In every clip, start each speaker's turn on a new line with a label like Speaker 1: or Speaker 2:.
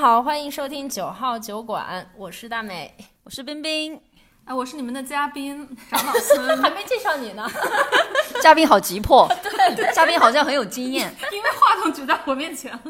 Speaker 1: 好，欢迎收听九号酒馆，我是大美，
Speaker 2: 我是冰冰，
Speaker 3: 啊，我是你们的嘉宾长老 孙，
Speaker 1: 还没介绍你呢。
Speaker 2: 嘉宾好急 迫，嘉宾好像很有经验，
Speaker 3: 因为话筒举在我面前了。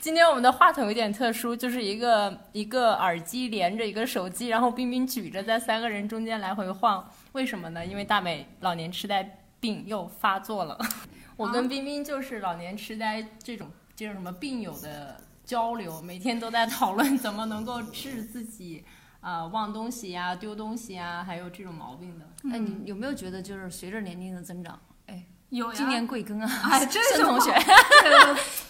Speaker 1: 今天我们的话筒有点特殊，就是一个一个耳机连着一个手机，然后冰冰举着在三个人中间来回晃，为什么呢？因为大美老年痴呆病又发作了， 我
Speaker 3: 啊
Speaker 1: 跟冰冰就是老年痴呆这种这种什么病友的交流，每天都在讨论怎么能够治自己。啊、忘东西呀、丢东西呀，还有这种毛病的，
Speaker 2: 哎，你有没有觉得就是随着年龄的增长，哎，
Speaker 3: 有呀
Speaker 2: 今年贵庚啊？
Speaker 3: 哎这
Speaker 2: 孙
Speaker 3: 种
Speaker 2: 同学
Speaker 3: 话，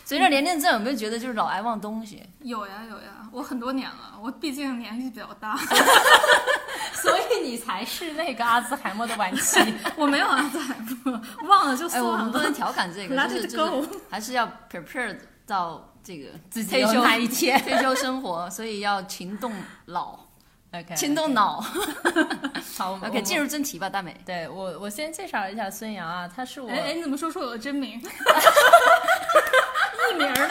Speaker 2: 随着年龄增长，有没有觉得就是老爱忘东西？
Speaker 3: 有呀有呀，我很多年了，我毕竟年纪比较大，
Speaker 1: 所以你才是那个阿兹海默的晚 期。
Speaker 3: 我没有阿兹海默，忘了就
Speaker 2: 哎，
Speaker 3: 算
Speaker 2: 我们不
Speaker 3: 了。
Speaker 2: 能调侃这个，
Speaker 3: Let
Speaker 2: 就是
Speaker 3: it
Speaker 2: 就是还是要 prepare 到这个
Speaker 1: 自己
Speaker 2: 退
Speaker 1: 有
Speaker 2: 休
Speaker 1: 那一天
Speaker 2: 退休生活，所以要勤动脑，
Speaker 1: OK，
Speaker 2: 勤动脑。
Speaker 1: 好，我们
Speaker 2: OK，进
Speaker 1: 入。
Speaker 2: 入正题吧，大美。
Speaker 1: 对我，我先介绍一下孙杨啊，他是我
Speaker 3: 哎哎，你怎么说出我的真名？艺名呢？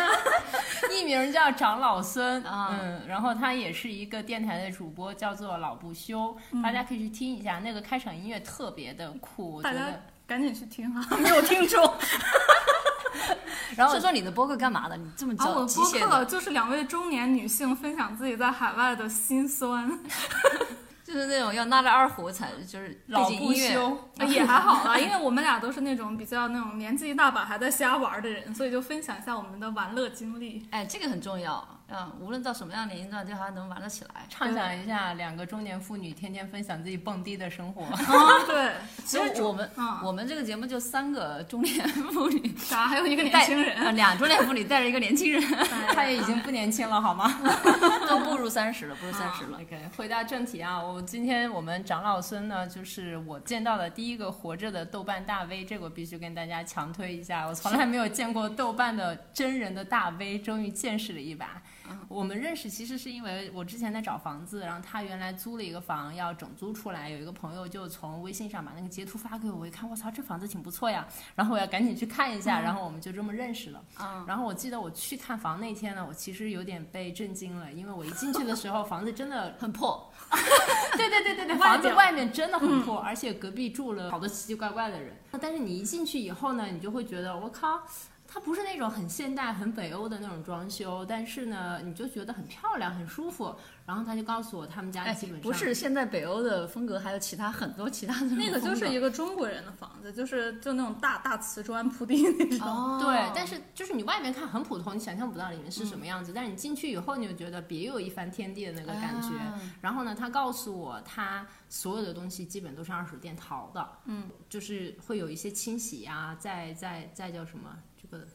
Speaker 1: 艺名叫长老孙，
Speaker 2: 啊
Speaker 1: 嗯，然后他也是一个电台的主播，叫做老不休，
Speaker 3: 嗯
Speaker 1: 大家可以去听一下，那个开场音乐特别的酷，我觉
Speaker 3: 大家
Speaker 1: 得。
Speaker 3: 赶紧去听啊，没有听众。
Speaker 1: 然后
Speaker 2: 说说你的播客干嘛的？你这么
Speaker 3: 啊，我
Speaker 2: 早机
Speaker 3: 播
Speaker 2: 械
Speaker 3: 客
Speaker 2: 的，
Speaker 3: 就是两位中年女性分享自己在海外的辛酸，
Speaker 2: 就是那种要拉着二胡才就是背
Speaker 1: 老
Speaker 2: 景
Speaker 1: 不
Speaker 2: 音乐。
Speaker 1: 休，
Speaker 3: 也还好啦，因为我们俩都是那种比较那种年纪一大把还在瞎玩的人，所以就分享一下我们的玩乐 经历。
Speaker 2: 哎，这个很重要啊！无论到什么样的年龄段，最好能玩得起来。
Speaker 1: 畅想一下两个中年妇女天天分享自己蹦迪的生 活，
Speaker 3: 啊，对，
Speaker 2: 其实我们、
Speaker 3: 嗯
Speaker 2: 我们这个节目就三个中年妇女，
Speaker 3: 啥？还有一个年
Speaker 2: 带
Speaker 3: 轻
Speaker 2: 啊
Speaker 3: 人，
Speaker 2: 俩中年妇女带着一个 年轻人，
Speaker 3: 哎
Speaker 1: 她也已经不年轻了，好吗？
Speaker 2: 都步入三十了，步入三十了。
Speaker 1: 啊 OK，回答正题啊，我今天我们长老孙呢，就是我见到的第一个活着的豆瓣大 V，这个我必须跟大家强推一下，我从来没有见过豆瓣的真人的大 V，终于见识了一把。我们认识其实是因为我之前在找房子，然后他原来租了一个房要整租出来，有一个朋友就从微信上把那个截图发给我，我一看，我操，这房子挺不错呀，然后我要赶紧去看一下，然后我们就这么认识了。
Speaker 2: 啊、
Speaker 1: 然后我记得我去看房那天呢，我其实有点被震惊了，因为我一进去的时候，房子真 的，
Speaker 2: 很破，
Speaker 1: 对对对对对，
Speaker 3: 外
Speaker 1: 房子
Speaker 3: 表
Speaker 1: 外面真的很破，而且隔壁住了好多奇奇怪怪的人。但是你一进去以后呢，你就会觉得我靠。它不是那种很现代、很北欧的那种装修，但是呢，你就觉得很漂亮、很舒服。然后他就告诉我，他们家
Speaker 2: 哎
Speaker 1: 基本上、，
Speaker 2: 不是现在北欧的风格，还有其他很多其他的
Speaker 3: 那个
Speaker 2: 种
Speaker 3: 就是
Speaker 2: 风
Speaker 3: 一个中国人的房子，就是就那种大大瓷砖铺地那
Speaker 2: 格
Speaker 3: 种。
Speaker 2: 哦，
Speaker 1: 对，但是就是你外面看很普通，你想象不到里面是什么样子，但是你进去以后，你就觉得别有一番天地的那个感觉。
Speaker 2: 啊
Speaker 1: 然后呢，他告诉我，他所有的东西基本都是二手店淘的，嗯，就是会有一些清洗啊，再再再叫什么这个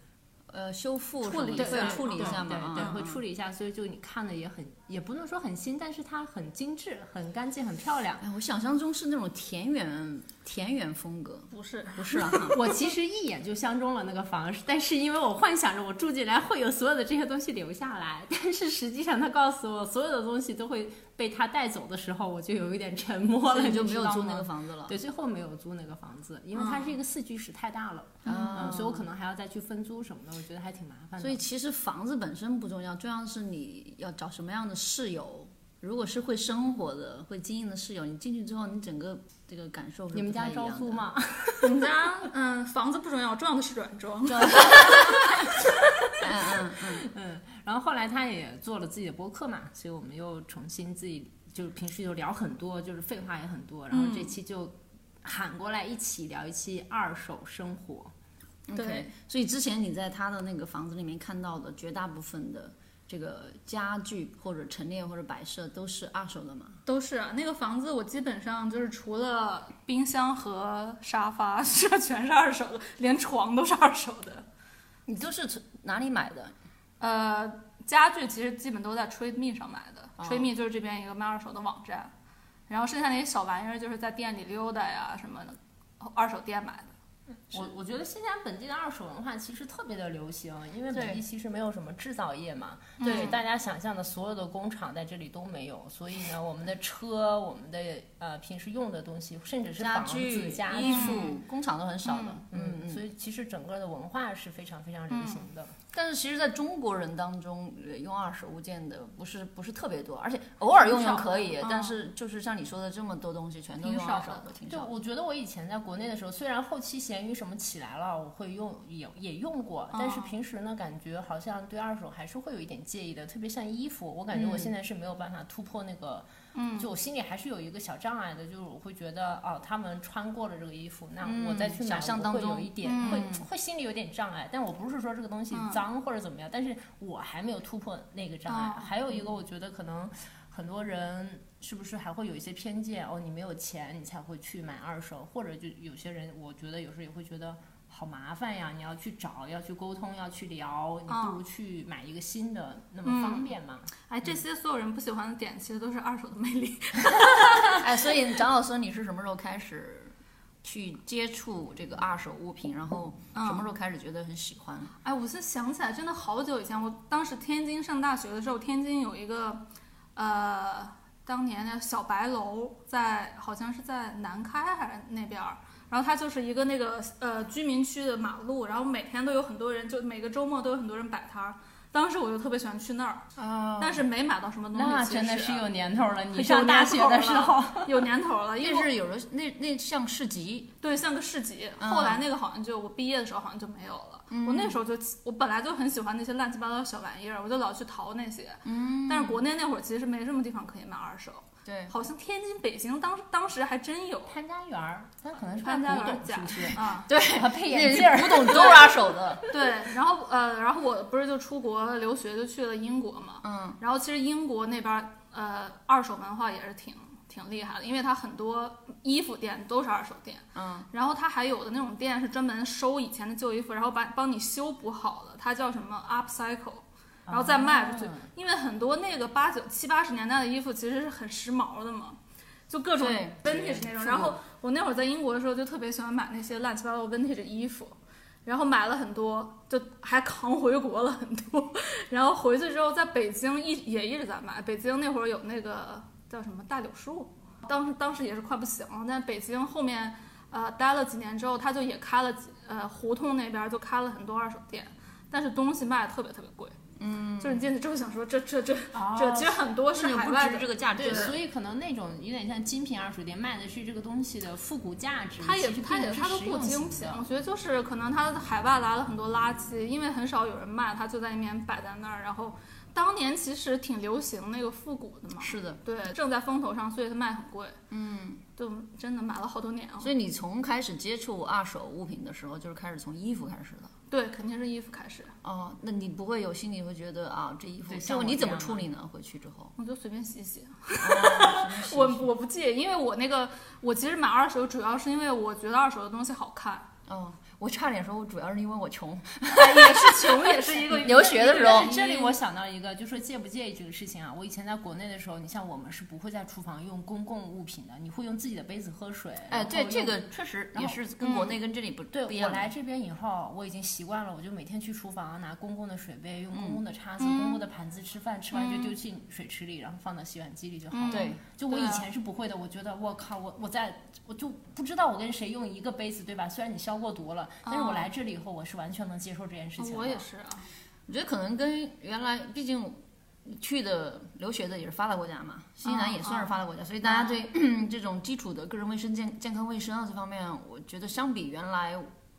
Speaker 2: 呃修复
Speaker 3: 处
Speaker 2: 什么
Speaker 3: 理
Speaker 2: 的
Speaker 3: 一
Speaker 2: 会
Speaker 3: 下
Speaker 2: 处理一下
Speaker 1: 嗯对
Speaker 2: 嘛，
Speaker 1: 对，
Speaker 2: 啊
Speaker 1: 会处理一下，所以就你看的也很，也不能说很新，但是它很精致、很干净、很漂亮。
Speaker 2: 哎，我想象中是那种田园田园风格，
Speaker 3: 不是，
Speaker 2: 不是啊？哈
Speaker 1: 我其实一眼就相中了那个房，但是因为我幻想着我住进来会有所有的这些东西留下来，但是实际上他告诉我所有的东西都会被他带走的时候，我就有一点沉默
Speaker 2: 所
Speaker 1: 了，
Speaker 2: 以你就
Speaker 1: 你
Speaker 2: 没
Speaker 1: 知
Speaker 2: 有
Speaker 1: 道
Speaker 2: 租
Speaker 1: 吗
Speaker 2: 那个房子了。
Speaker 1: 对，最后没有租那个房子，因为它是一个四居室，太大了，
Speaker 2: 啊
Speaker 1: 嗯，所以我可能还要再去分租什么的，我觉得还挺麻烦的。
Speaker 2: 所以其实房子本身不重要，重要的是你要找什么样的室友。如果是会生活的、会经营的室友，你进去之后，你整个这个感受是
Speaker 1: 你们
Speaker 2: 不太
Speaker 1: 家
Speaker 2: 一样
Speaker 1: 招租
Speaker 2: 的？
Speaker 1: 吗？
Speaker 3: 我们家嗯房子不重要，重要的是软装。
Speaker 2: 嗯嗯嗯，
Speaker 1: 嗯，然后后来他也做了自己的播客嘛，所以我们又重新自己就是平时就聊很多，就是废话也很多，然后
Speaker 2: 嗯
Speaker 1: 这期就喊过来一起聊一期二手生活。
Speaker 2: 嗯 OK
Speaker 3: 对。
Speaker 2: 所以之前你在他的那个房子里面看到的绝大部分的这个家具或者陈列或者摆设都是二手的嘛？
Speaker 3: 都是啊那个房子，我基本上就是除了冰箱和沙发， 这全是二手的，连床都是二手的。
Speaker 2: 你都是从哪里买的？
Speaker 3: 呃，家具其实基本都在 Trade Me 上买的、
Speaker 2: 哦
Speaker 3: t r a d e Me 就是这边一个卖二手的网站，然后剩下那些小玩意儿就是在店里溜达呀什么的，二手店买的。
Speaker 1: 我我觉得新西兰本地的二手文化其实特别的流行，因为本地
Speaker 2: 对
Speaker 1: 其实没有什么制造业嘛，
Speaker 3: 嗯
Speaker 1: 就是大家想象的所有的工厂在这里都没有，所以呢，我们的车、我们的呃平时用的东西，甚至是
Speaker 2: 家
Speaker 1: 房子、
Speaker 2: 具、
Speaker 1: 家
Speaker 2: 衣
Speaker 1: 具
Speaker 2: 服，工厂都很少的。
Speaker 1: 嗯，所
Speaker 2: 以
Speaker 1: 以其实整个的文化是非常非常流行的。
Speaker 2: 但是其实在中国人当中，呃用二手物件的不是不是特别多，而且偶尔用用可以
Speaker 3: 挺少，的嗯
Speaker 2: 但是就是像你说的这么多东西，全都
Speaker 3: 挺
Speaker 2: 用
Speaker 3: 少
Speaker 2: 二手
Speaker 3: 的
Speaker 2: 的，挺
Speaker 1: 就
Speaker 2: 少的。
Speaker 1: 我觉得我以前在国内的时候，虽然后期闲鱼什么起来了，我会用也也用过，但是
Speaker 3: 哦
Speaker 1: 平时呢，感觉好像对二手还是会有一点介意的，特别像衣服，我感觉我
Speaker 2: 嗯
Speaker 1: 现在是没有办法突破那个，
Speaker 3: 嗯
Speaker 1: 就我心里还是有一个小障碍的，就是我会觉得哦，他们穿过了这个衣服，那
Speaker 2: 嗯
Speaker 1: 我再去买，
Speaker 2: 想象
Speaker 1: 我
Speaker 2: 当
Speaker 1: 会有
Speaker 2: 中
Speaker 1: 一点、
Speaker 3: 嗯
Speaker 1: 会会心里有点障碍，但我不是说这个东西
Speaker 3: 嗯
Speaker 1: 脏或者怎么样，但是我还没有突破那个障碍。
Speaker 3: 哦
Speaker 1: 还有一个，我觉得可能很多人是不是还会有一些偏见哦，你没有钱你才会去买二手，或者就有些人，我觉得有时候也会觉得。好麻烦呀！你要去找，要去沟通，要去聊，你
Speaker 3: 嗯
Speaker 1: 不如去买一个新的，那么方便嘛。
Speaker 3: 哎，这些所有人不喜欢的点，其实都是二手的魅力。
Speaker 2: 哎，所以张老师，你是什么时候开始去接触这个二手物品，然后
Speaker 3: 嗯
Speaker 2: 什么时候开始觉得很喜欢？
Speaker 3: 哎，我是想起来，真的好久以前，我当时天津上大学的时候，天津有一个，呃，当年的小白楼在，好像是在南开还是那边儿。然后它就是一个那个呃居民区的马路，然后每天都有很多人，就每个周末都有很多人摆摊儿。当时我就特别喜欢去那儿，
Speaker 1: 啊
Speaker 3: 但是没买到什么东西。
Speaker 1: 那
Speaker 3: 其
Speaker 1: 真的
Speaker 3: 实啊
Speaker 1: 是有年 头了。你
Speaker 3: 有
Speaker 1: 上大
Speaker 3: 年
Speaker 1: 学
Speaker 3: 头
Speaker 1: 的时
Speaker 3: 了
Speaker 1: 候，
Speaker 3: 有年头 了，因为
Speaker 2: 那是有的，那那像市集，
Speaker 3: 对，像个市集。
Speaker 2: 嗯
Speaker 3: 后来那个好像就我毕业的时候好像就没有了。我
Speaker 1: 嗯
Speaker 3: 那时候就我本来就很喜欢那些乱七八糟的小玩意儿，我就老去淘那些。嗯，但是国内那会儿其实没什么地方可以买二手，
Speaker 2: 对，
Speaker 3: 好像天津、北京当当时还真 有
Speaker 1: 潘家园儿，但可能是
Speaker 3: 潘家
Speaker 1: 古
Speaker 3: 园儿
Speaker 1: 董，
Speaker 3: 假
Speaker 1: 是不 是？
Speaker 3: 啊。
Speaker 2: 对，
Speaker 1: 还配
Speaker 2: 那
Speaker 1: 眼镜儿，
Speaker 2: 古董都是二手的，
Speaker 3: 对，然后呃，然后我不是就出国留学，就去了英国嘛。
Speaker 2: 嗯，
Speaker 3: 然后其实英国那边儿呃，二手文化也是挺挺厉害的，因为它很多衣服店都是二手店。
Speaker 2: 嗯，
Speaker 3: 然后它还有的那种店是专门收以前的旧衣服，然后把帮你修补好的，它叫什么 upcycle，然后再卖出去。
Speaker 1: 啊
Speaker 3: 因为很多那个八九七八十年代的衣服其实是很时髦的嘛，就各种
Speaker 2: 对
Speaker 3: vintage 那
Speaker 2: 复古
Speaker 3: 种。然后我那会儿在英国的时候就特别喜欢买那些乱七八糟的 vintage 衣服。然后买了很多，就还扛回国了很多。然后回去之后，在北京一也一直在买。北京那会儿有那个叫什么大柳树，当时当时也是快不行了。但北京后面呃待了几年之后，他就也开了几呃胡同那边儿就开了很多二手店，但是东西卖的特别特别贵。嗯，就是你进去之后想说这这这这，其实很多是
Speaker 2: 哦有
Speaker 3: 海
Speaker 2: 不
Speaker 3: 外
Speaker 2: 值
Speaker 3: 的，
Speaker 2: 这个价值
Speaker 1: 哦对，
Speaker 2: 的。
Speaker 1: 所以可能那种有点像精品二手店，卖的是这个东西的复古价值。
Speaker 3: 它也
Speaker 1: 其实
Speaker 3: 它也
Speaker 1: 并
Speaker 3: 它
Speaker 1: 不
Speaker 3: 都
Speaker 1: 是实
Speaker 3: 不
Speaker 1: 用性
Speaker 3: 精
Speaker 1: 的
Speaker 3: 品。我觉得就是可能它海外来了很多垃圾，因为很少有人卖，它就在那边摆在那儿。然后当年其实挺流行那个复古的嘛，
Speaker 2: 是的，
Speaker 3: 对，正在风头上，所以它卖很贵。嗯，就真的买了好多年啊。
Speaker 2: 所以你从开始接触二手物品的时候，就是开始从衣服开始的。
Speaker 3: 对，肯定是衣服开始，
Speaker 2: 哦，那你不会有心里会觉得啊，这衣服
Speaker 1: 对像
Speaker 2: 就
Speaker 1: 我
Speaker 2: 你怎么
Speaker 1: 这样
Speaker 2: 处理呢？回去之后，
Speaker 3: 我就随便洗 洗。
Speaker 2: 哦是是
Speaker 3: 我我不介意，因为我那个我其实买二手主要是因为我觉得二手的东西好看，
Speaker 2: 哦，我差点说，我主要是因为我穷，
Speaker 3: 也是穷，也是一 个
Speaker 2: 留学的时候
Speaker 1: 但是这
Speaker 3: 嗯
Speaker 1: 里我想到一个，就说介不介意这个事情啊。我以前在国内的时候，你像我们是不会在厨房用公共物品的，你会用自己的杯子喝水。
Speaker 2: 哎，
Speaker 1: 然后
Speaker 2: 对，
Speaker 1: 用
Speaker 2: 这个嗯确实
Speaker 1: 然
Speaker 2: 也
Speaker 1: 后
Speaker 2: 是跟国内跟这里不
Speaker 1: 对
Speaker 2: 不一
Speaker 1: 我
Speaker 2: 样的。
Speaker 1: 来这边以后，我已经习惯了，我就每天去厨房拿公共的水杯，用公共
Speaker 2: 嗯
Speaker 1: 的叉子、公
Speaker 3: 嗯
Speaker 1: 共的盘子吃饭，吃完就丢进水池里，然后放到洗碗机里就好了。
Speaker 2: 对，
Speaker 1: 就我
Speaker 3: 对
Speaker 1: 以
Speaker 3: 啊
Speaker 1: 前是不会的，我觉得我靠，我我在我就不知道我跟谁用一个杯子，对吧？虽然你消过毒了，但是
Speaker 2: 嗯
Speaker 1: 我
Speaker 3: 哦
Speaker 1: 来这里以后，我是完全能接受这件事情的。
Speaker 3: 我也是啊，
Speaker 2: 我觉得可能跟原来，毕竟去的留学的也是发达国家嘛，新西兰也算是发达国家，所以大家对、 这种基础的个人卫生、健健康卫生啊这方面，我觉得相比原来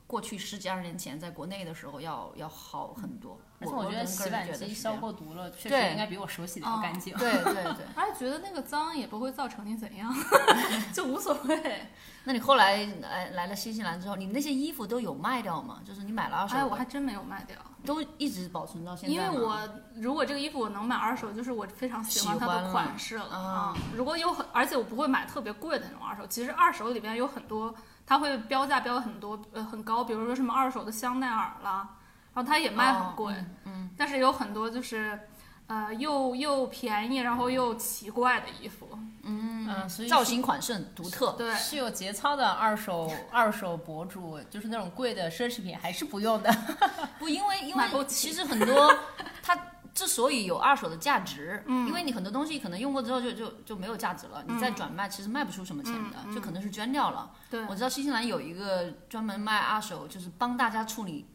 Speaker 2: 过去十几二十年前在国内的时候要要好很多。
Speaker 1: 而且
Speaker 2: 我
Speaker 1: 我觉得
Speaker 2: 个人
Speaker 1: 洗碗
Speaker 2: 觉得
Speaker 1: 机
Speaker 2: 是
Speaker 1: 消
Speaker 2: 这样
Speaker 1: 过毒了，确实
Speaker 2: 对
Speaker 1: 应该比我手洗的要
Speaker 3: 哦
Speaker 1: 干净。
Speaker 2: 对对对。
Speaker 3: 而且觉得那个脏也不会造成你怎样，就无所谓。
Speaker 2: 那你后来哎来来了新西兰之后，你那些衣服都有卖掉吗？就是你买了二手的，
Speaker 3: 哎，我还真没有卖掉，
Speaker 2: 都一直保存到现在
Speaker 3: 因
Speaker 2: 吗。
Speaker 3: 为我如果这个衣服我能买二手，就是我非常喜欢
Speaker 2: 喜
Speaker 3: 它
Speaker 2: 欢了
Speaker 3: 的款式了
Speaker 2: 啊
Speaker 3: 嗯如果有很，而且我不会买特别贵的那种二手，其实二手里边有很多，它会标价标得很多，呃，很高，比如说什么二手的香奈儿啦，然后它也卖
Speaker 2: 哦
Speaker 3: 很贵，嗯，但是有很
Speaker 2: 哦
Speaker 3: 多就是。呃，又又便宜，然后又奇怪的衣服，嗯
Speaker 1: 嗯，所以
Speaker 2: 造型款式很独特。
Speaker 3: 对，
Speaker 1: 是有节操的二手二手博主，就是那种贵的奢侈品还是不用的。
Speaker 2: 不，因为因
Speaker 3: 买不
Speaker 2: 为其实很多它之所以有二手的价 值，
Speaker 3: 嗯
Speaker 2: 因为你很多东西可能用过之后就就就没有价值了，你再转卖其实卖不出什么钱的，就可能是捐掉了。
Speaker 3: 嗯对
Speaker 2: 我知道新西兰有一个专门卖二手，就是帮大家处理。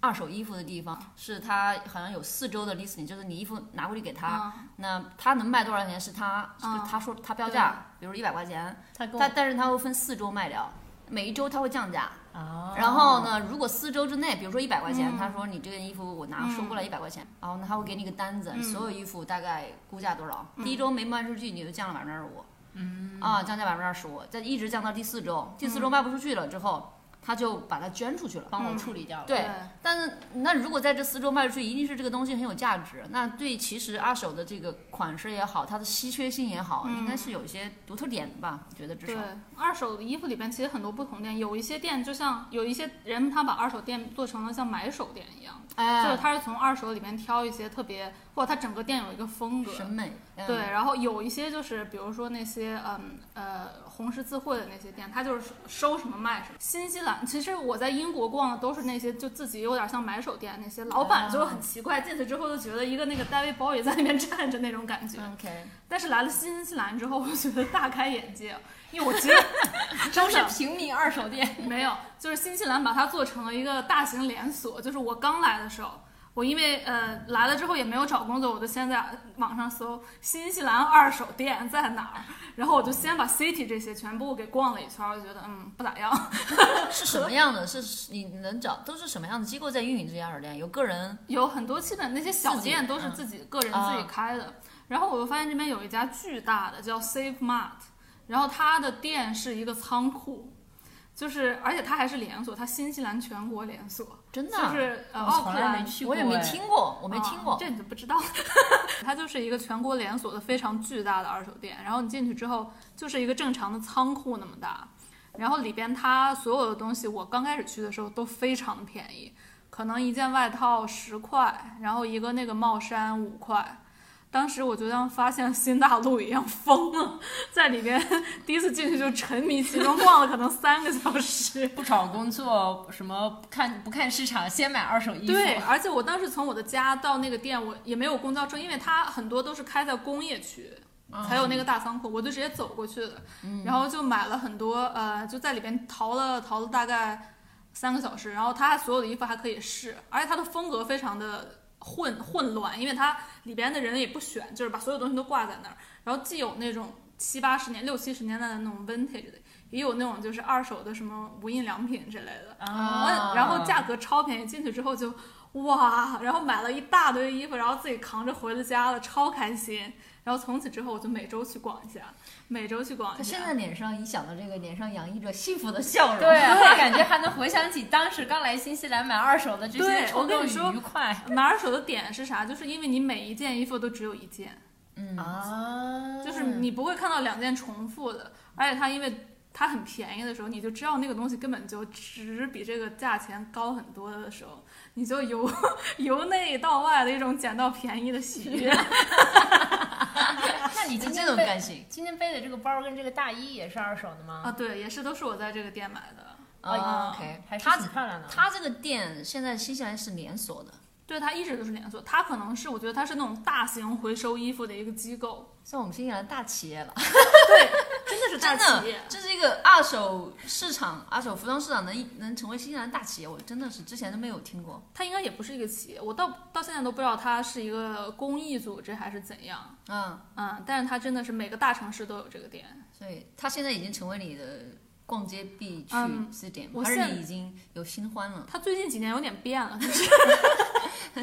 Speaker 2: 二手衣服的地方是他好像有四周的 listing，就是你衣服拿过去给他，那他能卖多少钱是他，是
Speaker 3: 嗯
Speaker 2: 他说他标价，比如一百块钱，
Speaker 1: 他跟
Speaker 2: 他
Speaker 1: 我
Speaker 2: 但是他会分四周卖掉，每一周他会降价，
Speaker 1: 啊，
Speaker 2: 然后呢，如果四周之内，比如说一百块钱，他说你这件衣服我拿收过来一百块钱，然后呢他会给你个单子，所有衣服大概估价多少，第一周没卖出去你就降了百分之二十五，嗯，啊，降价百分之二十五，再一直降到第四周，第四周卖不出去了之后，他就把它捐出去了。
Speaker 1: 帮我处理掉了。
Speaker 2: 对，但是那如果在这四周卖出去，一定是这个东西很有价值。那对其实二手的这个款式也好，它的稀缺性也好，应该是有一些独特点吧？我觉得至
Speaker 3: 对
Speaker 2: 少，
Speaker 3: 二手的衣服里边其实很多不同店，有一些店就像有一些人他把二手店做成了像买手店一样，就是
Speaker 2: 哎，
Speaker 3: 他是从二手里面挑一些特别，或者他整个店有一个风格。
Speaker 2: 审美，嗯
Speaker 3: 对，然后有一些就是，比如说那些嗯呃红十字会的那些店，它就是收什么卖什么。新西兰其实我在英国逛的都是那些就自己有点像买手店那些，老板就很奇怪，进去之后就觉得一个那个 David Bowie 在那边站着那种感觉。
Speaker 2: ，OK。
Speaker 3: 但是来了新西兰之后，我觉得大开眼界，啊因为我其实
Speaker 1: 都
Speaker 3: 真
Speaker 1: 是
Speaker 3: 的
Speaker 1: 平民二手店。
Speaker 3: 没有，就是新西兰把它做成了一个大型连锁。就是我刚来的时候，我因为呃来了之后也没有找工作，我就先在网上搜新西兰二手店在哪儿，然后我就先把 City 这些全部给逛了一圈，我就觉得嗯不咋样。
Speaker 2: 是什么样的？是你能找都是什么样的机构在运营这些二手店？有个人
Speaker 3: 有很多基本那些小
Speaker 2: 自己
Speaker 3: 店都是
Speaker 2: 嗯
Speaker 3: 自己个人自己
Speaker 2: 啊
Speaker 3: 开的。然后我就发现这边有一家巨大的叫 Save Mart，然后它的店是一个仓库，就是而且它还是连锁，它新西兰全国连锁，
Speaker 2: 真的啊，
Speaker 3: 就是呃
Speaker 1: 我
Speaker 3: 奥
Speaker 1: 从
Speaker 3: 克
Speaker 1: 来
Speaker 3: 兰
Speaker 1: 没。去过，
Speaker 2: 我也没听过，我没听过
Speaker 3: 啊。这你就不知道。 它就是一个全国连锁的非常巨大的二手店，然后你进去之后就是一个正常的仓库那么大，然后里边它所有的东西，我刚开始去的时候都非常便宜，可能一件外套十块，然后一个那个帽衫五块。当时我就像发现新大陆一样疯了，在里边 第一次进去就沉迷其中，逛了可能三个小时。
Speaker 1: 不找工作，什么不看不看市场，先买二手衣服。
Speaker 3: 对，而且我当时从我的家到那个店，我也没有公交车，因为它很多都是开在工业区，才有那个大仓库，我就直接走过去的，然后就买了很多，呃，就在里边淘了淘了大概三个小时，然后它所有的衣服还可以试，而且它的风格非常的。混混乱，因为它里边的人也不选，就是把所有东西都挂在那儿，然后既有那种七八十年、六七十年代的那种 vintage 的，也有那种就是二手的什么无印良品之类的，
Speaker 1: 啊，
Speaker 3: 然后价格超便宜，进去之后就哇，然后买了一大堆衣服，然后自己扛着回了家了，超开心。然后从此之后，我就每周去逛一下，每周去逛
Speaker 2: 他
Speaker 3: 一下
Speaker 2: 现。在脸上一想到这个，脸上洋溢着幸福的笑容。
Speaker 1: 对，会感觉还能回想起当时刚来新西兰买二手的这些
Speaker 3: 对
Speaker 1: 冲
Speaker 3: 我跟
Speaker 1: 动
Speaker 3: 你说
Speaker 1: 与愉 快
Speaker 3: 拿二手的点是啥？就是因为你每一件衣服都只有一件，
Speaker 2: 嗯
Speaker 1: 啊
Speaker 3: 就是你不会看到两件重复的，而且它因为它很便宜的时候，你就知道那个东西根本就只比这个价钱高很多的时候，你就由由内到外的一种捡到便宜的喜悦。
Speaker 1: 那你
Speaker 2: 就
Speaker 1: 今
Speaker 2: 这
Speaker 1: 天
Speaker 2: 种
Speaker 1: 背
Speaker 2: 感性。
Speaker 1: 今天背的这个包跟这个大衣也是二手的
Speaker 3: 啊，
Speaker 1: 吗？
Speaker 3: 对，也是都是我在这个店买的。
Speaker 1: 哦
Speaker 2: 啊
Speaker 3: 啊
Speaker 2: ，OK，
Speaker 1: 还是
Speaker 2: 他
Speaker 1: 挺漂亮的啊。
Speaker 2: 他这个店现在新西兰是连锁的，
Speaker 3: 对，它一直都是连锁。它可能是我觉得它是那种大型回收衣服的一个机构，
Speaker 2: 算我们新西兰大企业了。
Speaker 3: 对，真的是大
Speaker 2: 真
Speaker 3: 企
Speaker 2: 的
Speaker 3: 业，。啊
Speaker 2: 这是一个二手市场，二手服装市场能能成为新西兰大企业，我真的是之前都没有听过。
Speaker 3: 它应该也不是一个企业，我到到现在都不知道它是一个公益组织还是怎样。
Speaker 2: 嗯，
Speaker 3: 嗯，但是它真的是每个大城市都有这个店。
Speaker 2: 所以它现在已经成为你的逛街必去
Speaker 3: 嗯
Speaker 2: 之点，
Speaker 3: 我
Speaker 2: 还是
Speaker 3: 现
Speaker 2: 你已经有新欢 了，
Speaker 3: 它最近几年有点变了，就是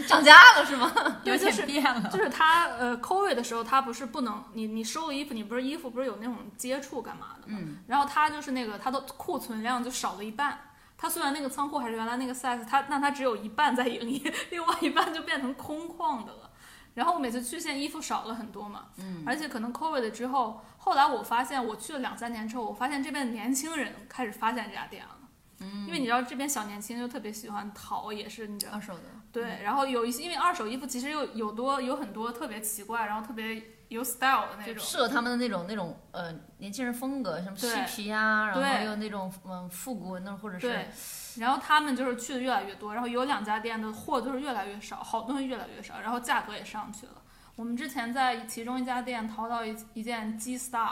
Speaker 2: 涨价了是吗？
Speaker 3: 对，就
Speaker 1: 有
Speaker 3: 是
Speaker 1: 点变了，
Speaker 3: 就是它呃 COVID 的时候，它不是不能你你收了衣服，你不是衣服不是有那种接触干嘛的嘛？然后它就是那个它的库存量就少了一半。它虽然那个仓库还是原来那个 size，它那它只有一半在营业， 另外一半就变成空旷的了。然后我每次去，现在衣服少了很多嘛，嗯，而且可能 COVID 之后，后来我发现我去了两三年之后，我发现这边的年轻人开始发现这家店了，嗯，因为你知道这边小年轻就特别喜欢淘，也是你知道
Speaker 2: 二手的，
Speaker 3: 对，然后有一些，因为二手衣服其实有有多有很多特别奇怪，然后特别有 style 的那
Speaker 2: 就
Speaker 3: 种。
Speaker 2: 适合他们的那种那种呃年轻人风格，什么嬉
Speaker 3: 对
Speaker 2: 皮啊，然后
Speaker 3: 对
Speaker 2: 又那种嗯复古那或者是
Speaker 3: 对，然后他们就是去的越来越多，然后有两家店的货就是越来越少，好东西越来越少，然后价格也上去了。我们之前在其中一家店淘到一一件 G Star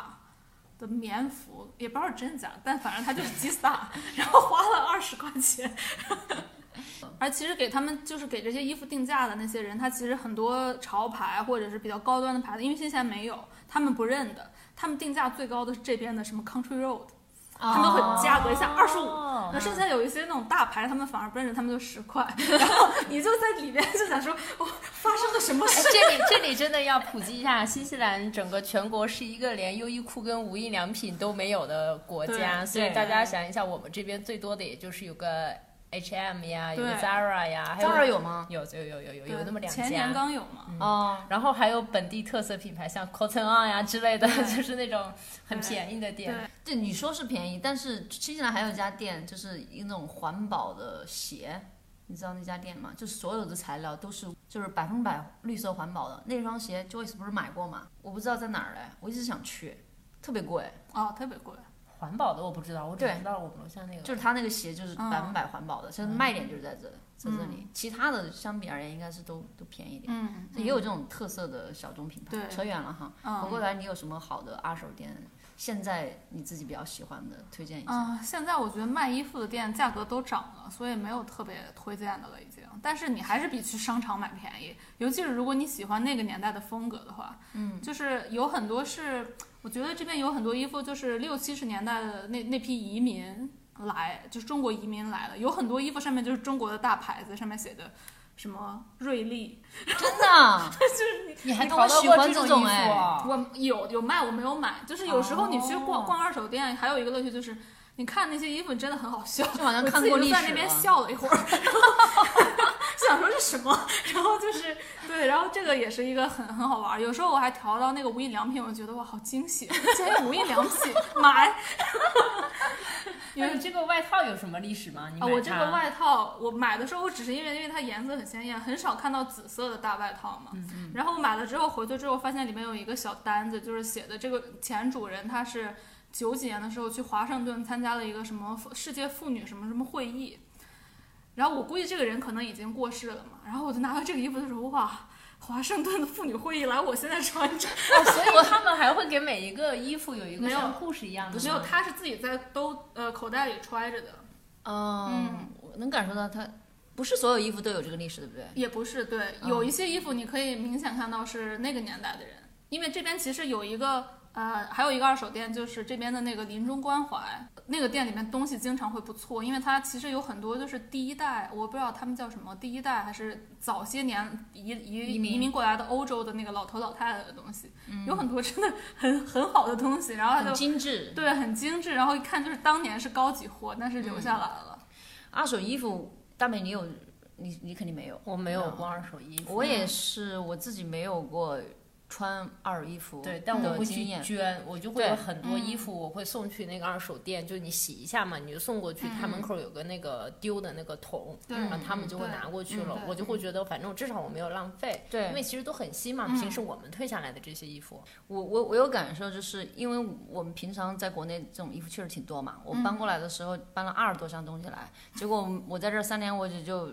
Speaker 3: 的棉服，也不知道是真假，但反正它就是 G Star，然后花了二十块钱。而其实给他们就是给这些衣服定价的那些人，他其实很多潮牌或者是比较高端的牌子，因为新西兰没有，他们不认的，他们定价最高的是这边的什么 Country Road，他
Speaker 2: 啊
Speaker 3: 们会价格一下二十五
Speaker 1: 哦
Speaker 3: 那剩下有一些那种大牌，他们反而不认识，他们就十块，然后你就在里面就想说，我、发生了什么
Speaker 1: 哎
Speaker 3: 事？
Speaker 1: 这里这里真的要普及一下，新西兰整个全国是一个连优衣库跟无印良品都没有的国家，
Speaker 3: 对
Speaker 1: 所以
Speaker 2: 对
Speaker 1: 大家想一下，我们这边最多的也就是有个 H M 呀，有个
Speaker 3: 对
Speaker 1: Zara 呀，还有
Speaker 2: Zara 有吗？
Speaker 1: 有有有有有哎有
Speaker 3: 对
Speaker 1: 那么两
Speaker 3: 前年
Speaker 1: 家。嗯
Speaker 3: 刚有嘛，
Speaker 2: 哦，
Speaker 1: 然后还有本地特色品牌，像 Cotton On 呀之类的，
Speaker 3: 对
Speaker 1: 就是那种很
Speaker 3: 对
Speaker 1: 便宜的店。
Speaker 3: 对
Speaker 2: 对，你说是便宜，但是新西兰还有一家店，就是一那种环保的鞋，你知道那家店吗？就是所有的材料都是就是百分百绿色环保的。那双鞋 Joyce 不是买过吗？我不知道在哪儿嘞，我一直想去，特别贵。
Speaker 3: 哦，特别贵，
Speaker 1: 环保的我不知道，我只
Speaker 2: 对
Speaker 1: 知道我们楼下那个。
Speaker 2: 就是它那个鞋就是
Speaker 3: 嗯
Speaker 2: 百分百环保的，所以卖点就是在这，在这里。其他的相比而言，应该是都都便宜点。
Speaker 3: 嗯
Speaker 2: 也有这种特色的小众品牌。
Speaker 3: 对
Speaker 2: 扯远了哈。回过
Speaker 3: 嗯。
Speaker 2: 来，你有什么好的二手店？现在你自己比较喜欢的，推荐一下。
Speaker 3: 嗯，现在我觉得卖衣服的店价格都涨了，所以没有特别推荐的了已经。但是你还是比去商场买便宜，尤其是如果你喜欢那个年代的风格的话，嗯，就是有很多是，我觉得这边有很多衣服就是六七十年代的那那批移民来，就是中国移民来了，有很多衣服上面就是中国的大牌子，上面写着什么瑞丽，
Speaker 2: 真的，啊
Speaker 1: 你还跟
Speaker 2: 你淘
Speaker 1: 我
Speaker 2: 到
Speaker 1: 喜
Speaker 2: 过
Speaker 1: 欢
Speaker 2: 这
Speaker 1: 种
Speaker 2: 种
Speaker 1: 衣服
Speaker 2: 哎
Speaker 1: 啊？
Speaker 3: 我有有卖，我没有买。就是有时候你去
Speaker 1: 哦
Speaker 3: 逛逛二手店，还有一个乐趣就是，你看那些衣服真的很好笑，
Speaker 2: 就好像
Speaker 3: 我
Speaker 2: 看
Speaker 3: 自己
Speaker 2: 过
Speaker 3: 就
Speaker 2: 历史
Speaker 3: 在那边
Speaker 2: 了
Speaker 3: 笑了一 会儿， 然后想说这什么，然后就是对，然后这个也是一个很很好玩儿。有时候我还调到那个无印良品，我觉得哇，好惊喜，竟然有无印良品 买啊！
Speaker 1: 那哎你这个外套有什么历史吗？你买
Speaker 3: 啊哦我这
Speaker 1: 它
Speaker 3: 个外套，我买的时候我只是因为因为它颜色很鲜艳，很少看到紫色的大外套嘛。
Speaker 1: 嗯
Speaker 3: 然后我买了之后回去之后，发现里面有一个小单子，就是写的这个前主人他是九几年的时候去华盛顿参加了一个什么世界妇女什么什么会议，然后我估计这个人可能已经过世了嘛，然后我就拿到这个衣服的时候，哇，华盛顿的妇女会议来，我现在穿 着，
Speaker 1: 哦，所以他们还会给每一个衣服有一个
Speaker 3: 没有
Speaker 1: 像故事一样的吗，
Speaker 3: 不是，他是自己在兜呃口袋里揣着的，
Speaker 2: 嗯，我能感受到它不是所有衣服都有这个历史，对不对？
Speaker 3: 也不是，对，
Speaker 2: 嗯
Speaker 3: 有一些衣服你可以明显看到是那个年代的人，因为这边其实有一个呃，还有一个二手店，就是这边的那个临终关怀那个店里面东西经常会不错，因为它其实有很多就是第一代，我不知道他们叫什么，第一代还是早些年移移
Speaker 2: 移民嗯
Speaker 3: 移民过来的欧洲的那个老头老太太的东西， 有很多真的很很好的东西，然后它
Speaker 2: 很
Speaker 3: 就
Speaker 2: 精致。
Speaker 3: 对很精致，然后一看就是当年是高级货，但是留
Speaker 2: 嗯
Speaker 3: 下来了。
Speaker 2: 二手衣服，大美你有，你你肯定没有。
Speaker 1: 我没有过二手衣服，
Speaker 2: 我也是，我自己没有过穿二手衣服
Speaker 1: 对，但我
Speaker 2: 的
Speaker 1: 会
Speaker 2: 经
Speaker 1: 去
Speaker 2: 验。
Speaker 1: 捐，我就会有
Speaker 2: 对
Speaker 1: 很多衣服，我会送去那个二手店，就你洗一下嘛，你就送过去，他门口有个那个丢的那个桶，
Speaker 3: 对
Speaker 1: 然后他们就会
Speaker 3: 对
Speaker 1: 拿过去
Speaker 3: 嗯
Speaker 1: 了，
Speaker 3: 对
Speaker 1: 我就会觉得反正至少我没有浪费，
Speaker 2: 对
Speaker 1: 因为其实都很新嘛，
Speaker 3: 嗯
Speaker 1: 平时我们退下来的这些衣服，
Speaker 2: 我我我有感受，就是因为我们平常在国内这种衣服确实挺多嘛。我搬过来的时候搬了二十多箱东西来，结果我我在这儿三年我也就，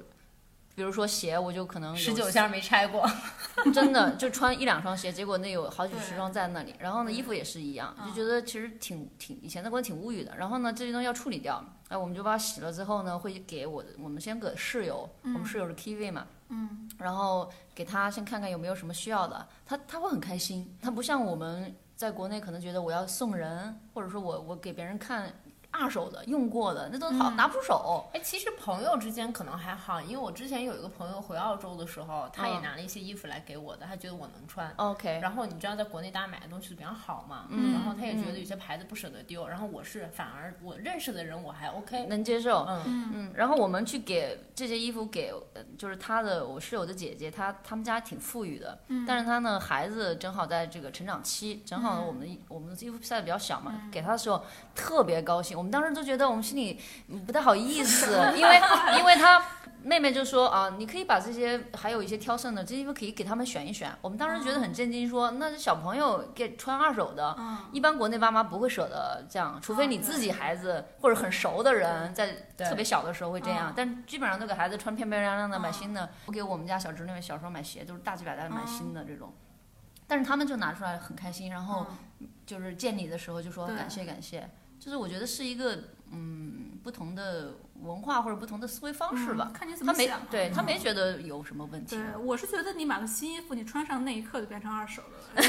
Speaker 2: 比如说鞋，我就可能有
Speaker 1: 嗯十九箱没拆过，
Speaker 2: 真 的就穿一两双鞋，结果那有好几十
Speaker 3: 对嗯
Speaker 2: 双在那里。然后呢，衣服也是一样，就觉得其实挺挺以前在国内挺无语的。然后呢，这些东西要处理掉，哎，我们就把它洗了之后呢，会给我的我们先给室友，我们室友是 KV 嘛，嗯，然后给他先看看有没有什么需要的，他他会很开心，他不像我们在国内可能觉得我要送人，或者说我我给别人看。二手的、用过的，那都
Speaker 3: 嗯
Speaker 2: 好、拿不出手。
Speaker 1: 哎，其实朋友之间可能还好，因为我之前有一个朋友回澳洲的时候，他也
Speaker 2: 嗯
Speaker 1: 拿了一些衣服来给我的，他觉得我能穿。
Speaker 2: OK，
Speaker 1: 然后你知道在国内大家买的东西比较好嘛，
Speaker 3: 嗯
Speaker 1: 然后他也觉得有些牌子不舍得丢，然后我是反而我认识的人我还 OK，
Speaker 2: 能接受。
Speaker 1: 嗯，
Speaker 3: 嗯
Speaker 2: 嗯，然后我们去给这些衣服给，呃就是他的我室友的姐姐，她他们家挺富裕的，
Speaker 3: 嗯
Speaker 2: 但是她呢孩子正好在这个成长期，正
Speaker 3: 嗯
Speaker 2: 好我们的衣、我们的衣服晒的比较小嘛，给她的时候嗯 特别高兴，我们当时都觉得我们心里嗯不太好意思，因为因为她妹妹就说啊，你可以把这些还有一些挑剩的这些衣服可以给他们选一选。我们当时觉得很震惊说，那小朋友给穿二手的，
Speaker 3: 嗯，哦
Speaker 2: 一般国内爸妈不会舍得这样，除非你自己孩子或者很熟的人在
Speaker 1: 对
Speaker 2: 特别小的时候会这样
Speaker 3: 嗯，
Speaker 2: 但基本上都给孩子穿漂漂亮亮的，
Speaker 3: 嗯
Speaker 2: 买新的。我给我们家小侄女小时候买鞋都是大几百大的买新的这种，但是他们就拿出来很开心，然后就是见你的时候就说
Speaker 3: 嗯对
Speaker 2: 感谢感谢，就是我觉得是一个嗯不同的文化或者不同的思维方式吧
Speaker 3: 嗯，。看你怎
Speaker 2: 他
Speaker 3: 么
Speaker 2: 没
Speaker 3: 想。嗯
Speaker 2: 对他没觉得有什么问题，
Speaker 3: 对，我是觉得你买了新衣服，你穿上那一刻就变成二手的了。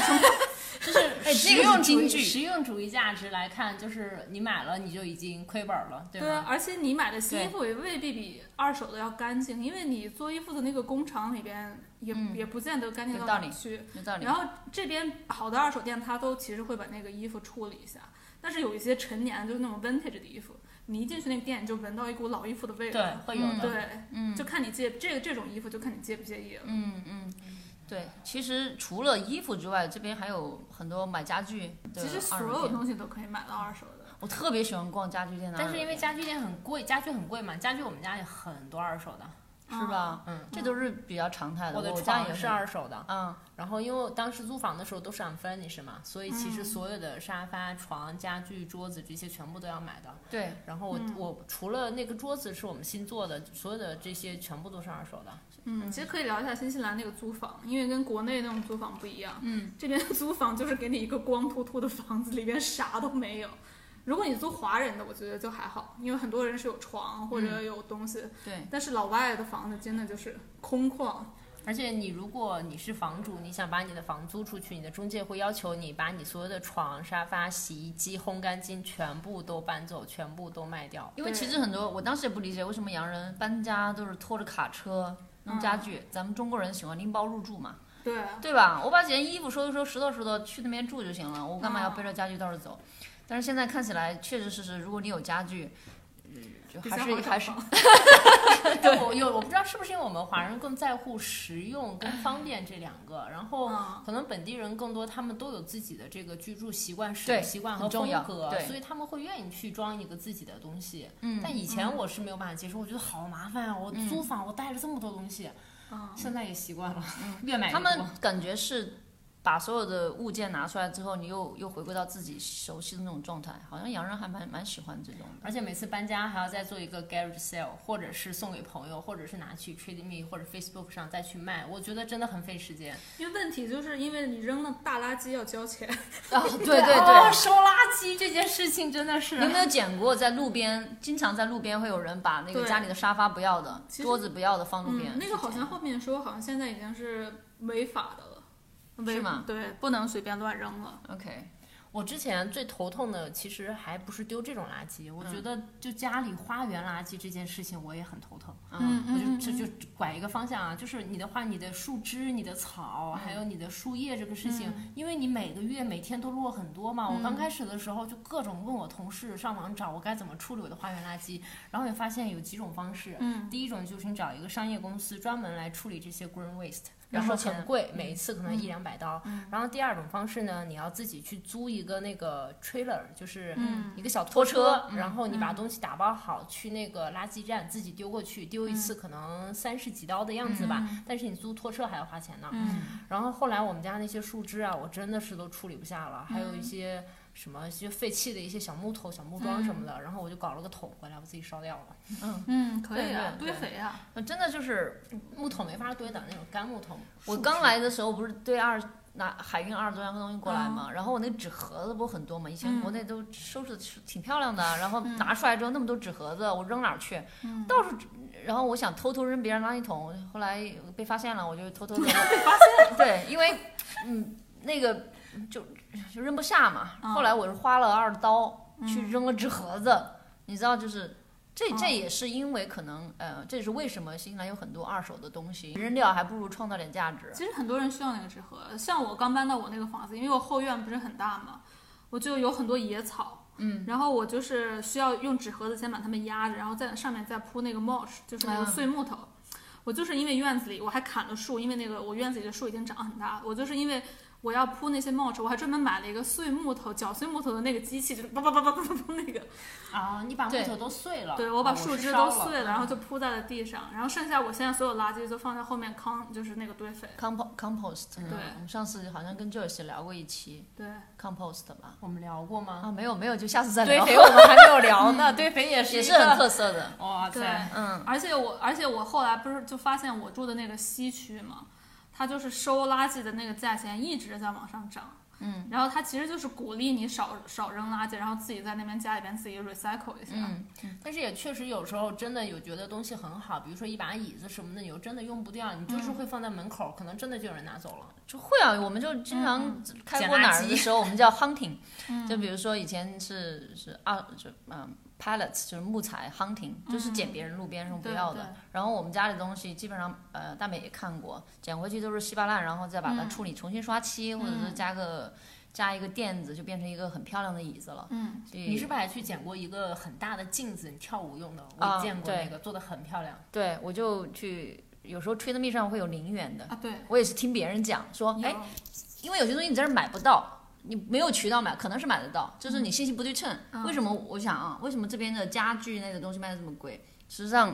Speaker 1: 就是哎，
Speaker 2: 实
Speaker 1: 这个
Speaker 2: 用
Speaker 1: 是
Speaker 2: 经
Speaker 1: 主义
Speaker 2: 济
Speaker 1: 实用主义价值来看，就是你买了你就已经亏本了，对
Speaker 3: 对啊
Speaker 1: 吧？，
Speaker 3: 而且你买的新衣服也未必比二手的要干净，因为你做衣服的那个工厂里边也、
Speaker 2: 嗯
Speaker 3: 也不见得干净
Speaker 2: 有
Speaker 3: 到
Speaker 2: 道
Speaker 3: 哪儿
Speaker 2: 理
Speaker 3: 去。
Speaker 2: 有道理
Speaker 3: 然。后这边好的二手店，它都其实会把那个衣服处理一下，但是有一些陈年就是那种 vintage 的衣服，你一进去那个店，你就闻到一股老衣服的味
Speaker 1: 对
Speaker 3: 道。，
Speaker 1: 会有的。
Speaker 3: 对，
Speaker 2: 嗯
Speaker 3: 就看你介这个这种衣服，就看你介不介意了。
Speaker 2: 嗯嗯，对，其实除了衣服之外，这边还有很多买家具的
Speaker 3: 其实所
Speaker 2: 二手
Speaker 3: 有
Speaker 2: 店
Speaker 3: 东西都可以买到二手的。
Speaker 2: 我特别喜欢逛家具店的啊二
Speaker 1: 但
Speaker 2: 手店，
Speaker 1: 是因为家具店很贵，家具很贵嘛，家具我们家也很多二手的，
Speaker 2: 是吧？
Speaker 1: 嗯，
Speaker 2: 这都是比较常态
Speaker 1: 呃
Speaker 2: 的。
Speaker 1: 我的
Speaker 2: 家
Speaker 1: 床
Speaker 2: 也
Speaker 1: 也是
Speaker 2: 很
Speaker 1: 二手的。
Speaker 2: 嗯，
Speaker 1: 然后因为我当时租房的时候都是按 furnish 嘛，所以其实
Speaker 3: 嗯
Speaker 1: 所有的沙发、床、家具、桌子这些全部都要买的。
Speaker 2: 对，
Speaker 1: 然后我、
Speaker 3: 嗯
Speaker 1: 我除了那个桌子是我们新做的，所有的这些全部都是二手的。
Speaker 3: 嗯，其实可以聊一下新西兰那个租房，因为跟国内那种租房不一样。
Speaker 2: 嗯，
Speaker 3: 这边租房就是给你一个光秃秃的房子，里边啥都没有。如果你租华人的，我觉得就还好，因为很多人是有床或
Speaker 2: 嗯
Speaker 3: 者有东西。
Speaker 2: 对，
Speaker 3: 但是老外的房子真的就是空旷，
Speaker 1: 而且你如果你是房主，你想把你的房租出去，你的中介会要求你把你所有的床、沙发、洗衣机、烘干机全部都搬走，全部都卖 掉。
Speaker 2: 因为
Speaker 3: 对
Speaker 2: 其实很多，我当时也不理解为什么洋人搬家都是拖着卡车弄家具，咱们中国人喜欢拎包入住嘛，
Speaker 3: 对，
Speaker 2: 对吧？我把几件衣服收一收，拾掇拾掇，去那边住就行了，我干嘛要
Speaker 3: 嗯
Speaker 2: 背着家具到处走？但是现在看起来，确确实实，如果你有家具，嗯就
Speaker 3: 比
Speaker 2: 还
Speaker 3: 较
Speaker 2: 是
Speaker 3: 好找
Speaker 2: 还是
Speaker 3: 房
Speaker 1: 但我有我不知道是不是因为我们华人更在乎实用跟方便这两个，然后
Speaker 3: 嗯
Speaker 1: 可能本地人更多，他们都有自己的这个居住习惯、使
Speaker 2: 对
Speaker 1: 用习惯和
Speaker 2: 很重
Speaker 1: 风
Speaker 2: 要
Speaker 1: 格，
Speaker 2: 对
Speaker 1: 所以他们会愿意去装一个自己的东西。
Speaker 2: 嗯
Speaker 1: 但以前我是没有办法接受，我觉得好麻烦啊！我租房，我带着这么多东西，
Speaker 3: 嗯，
Speaker 1: 现在也习惯了，越买越
Speaker 2: 嗯他们
Speaker 1: 多
Speaker 2: 感觉是把所有的物件拿出来之后，你又又回归到自己熟悉的那种状态，好像洋人还蛮蛮喜欢这种的。
Speaker 1: 而且每次搬家还要再做一个 garage sale，或者是送给朋友，或者是拿去 Trade Me 或者 Facebook 上再去卖，我觉得真的很费时间。
Speaker 3: 因为问题就是因为你扔了大垃圾要交钱，
Speaker 2: 啊，对对
Speaker 1: 哦
Speaker 2: 对。
Speaker 1: 收垃圾这件事情真的是
Speaker 3: 啊
Speaker 2: 你有没有捡过在路边？经常在路边会有人把那个
Speaker 3: 对
Speaker 2: 家里的沙发不要的、
Speaker 3: 其实
Speaker 2: 桌子不要的放路边。
Speaker 3: 嗯，那个好
Speaker 2: 是这
Speaker 3: 像
Speaker 2: 样
Speaker 3: 后面说好像现在已经是违法的了，违
Speaker 2: 是吗？
Speaker 3: 对，不能随便乱扔了。
Speaker 2: OK，
Speaker 1: 我之前最头痛的，其实还不是丢这种垃圾，我觉
Speaker 2: 嗯
Speaker 1: 得就家里花园垃圾这件事情，我也很头疼。
Speaker 2: 嗯，
Speaker 1: 我就这就拐一个方向啊，就是你的话，你的树枝、你的草，还
Speaker 2: 嗯
Speaker 1: 有你的树叶这个事情，因为你每个月每天都落很多嘛。
Speaker 2: 嗯
Speaker 1: 我刚开始的时候就各种问我同事上网找我该怎么处理我的花园垃圾，然后也发现有几种方式。
Speaker 3: 嗯，
Speaker 1: 第一种就是你找一个商业公司专门来处理这些 green waste，然后
Speaker 2: 收钱
Speaker 1: 很贵，每一次可能一两百刀。然后第二种方式呢，你要自己去租一个那个 trailer，就是
Speaker 3: 嗯
Speaker 1: 一个小
Speaker 2: 拖
Speaker 1: 拖
Speaker 2: 车嗯
Speaker 1: 然后你把东西打包好，去那个垃圾站自己丢过去，丢一次可能三十几刀的样子吧。但是你租拖车还要花钱呢。
Speaker 3: 嗯
Speaker 1: 然后后来我们家那些树枝啊，我真的是都处理不下了，还有一些什么一些废弃的一些小木头、小木桩什么的，然后我就搞了个桶回来，我自己烧掉了。
Speaker 3: 嗯，可以
Speaker 2: 对
Speaker 3: 啊，
Speaker 2: 对
Speaker 3: 堆肥啊。
Speaker 2: 那真的就是
Speaker 1: 木桶没法堆的那种干木桶。
Speaker 2: 我刚来的时候不是对二拿海运二十多样东西过来嘛，然后我那个纸盒子不是很多嘛，以前
Speaker 3: 嗯
Speaker 2: 国内都收拾的挺漂亮的，然后拿出来之后那么多纸盒子，我扔哪儿去？
Speaker 3: 嗯
Speaker 2: 到处，然后我想偷偷扔别人垃圾桶，后来被发现了，我就偷 偷的被发现， 对，因为嗯那个就就扔不下嘛，
Speaker 3: 嗯
Speaker 2: 后来我是花了二刀去
Speaker 3: 嗯
Speaker 2: 扔了纸盒子，你知道就是。这这
Speaker 3: 哦
Speaker 2: 也是因为可能，呃，这也是为什么新西兰有很多二手的东西，扔掉还不如创造点价值。
Speaker 3: 其实很多人需要那个纸盒，像我刚搬到我那个房子，因为我后院不是很大嘛，我就有很多野草，嗯，然后我就是需要用纸盒子先把它们压着，然后在上面再铺那个 mulch，就是那
Speaker 2: 啊
Speaker 3: 个碎木头。我就是因为院子里我还砍了树，因为那个我院子里的树已经长很大，我就是因为我要铺那些帽子，我还专门买了一个碎木头绞碎木头的那个机器，就是叭叭叭叭叭叭叭那个，
Speaker 1: 啊，你把木
Speaker 3: 对
Speaker 1: 头都碎了，
Speaker 3: 对我把
Speaker 1: 啊
Speaker 3: 树
Speaker 1: 是
Speaker 3: 枝
Speaker 1: 烧
Speaker 3: 都碎
Speaker 1: 了，
Speaker 3: 了，然后就铺在了地上，然后剩下我现在所有垃圾就放在后面康，就是那个堆肥。
Speaker 2: compost compost，嗯
Speaker 3: 对
Speaker 2: 我们上次好像跟 j o y 聊过一期
Speaker 3: 对，
Speaker 2: compost 吧？
Speaker 1: 我们聊过吗？
Speaker 2: 啊，没有没有，就下次再
Speaker 1: 堆
Speaker 2: 聊，
Speaker 1: 肥我们还没有聊呢，堆肥也是也
Speaker 2: 也是很特色的，
Speaker 1: 哇
Speaker 3: 对
Speaker 1: 塞，
Speaker 2: 嗯，
Speaker 3: 而且我而且我后来不是就发现我住的那个西区嘛，它就是收垃圾的那个价钱一直在往上涨。
Speaker 2: 嗯，
Speaker 3: 然后它其实就是鼓励你少少扔垃圾，然后自己在那边家里边自己 recycle 一下。
Speaker 2: 嗯，
Speaker 1: 但是也确实有时候真的有觉得东西很好，比如说一把椅子什么的，你又真的用不掉，你
Speaker 2: 嗯
Speaker 1: 就是会放在门口，可能真的就有人拿走了。
Speaker 2: 就会啊，我们就
Speaker 3: 嗯
Speaker 2: 经常开过哪儿
Speaker 1: 捡垃圾
Speaker 2: 的时候，我们叫 hunting，就比如说以前是是啊就嗯 pallets 就是木材 hunting，就是捡别人路边上不
Speaker 3: 嗯对
Speaker 2: 要
Speaker 3: 对
Speaker 2: 的。然后我们家里东西基本上呃大美也看过，捡回去都是稀巴烂，然后再把它处理，重新刷漆，或者是加个加一个垫子，就变成一个很漂亮的椅子了。
Speaker 3: 嗯，
Speaker 2: 所以
Speaker 1: 你是不是还去捡过一个很大的镜子，你跳舞用的？我
Speaker 2: 啊
Speaker 1: 见过
Speaker 2: 对
Speaker 1: 那个，做的很漂亮。
Speaker 2: 对我就去有时候 Trade Me 上会有零元的，
Speaker 3: 啊对，嗯啊
Speaker 2: 我也是听别人讲说，哎
Speaker 3: 有，
Speaker 2: 因为有些东西你在这儿买不到，你没有渠道买，可能是买得到，就是你信息不对称。
Speaker 3: 嗯
Speaker 2: 为什么？我想啊，为什么这边的家具类的东西卖的这么贵？实际上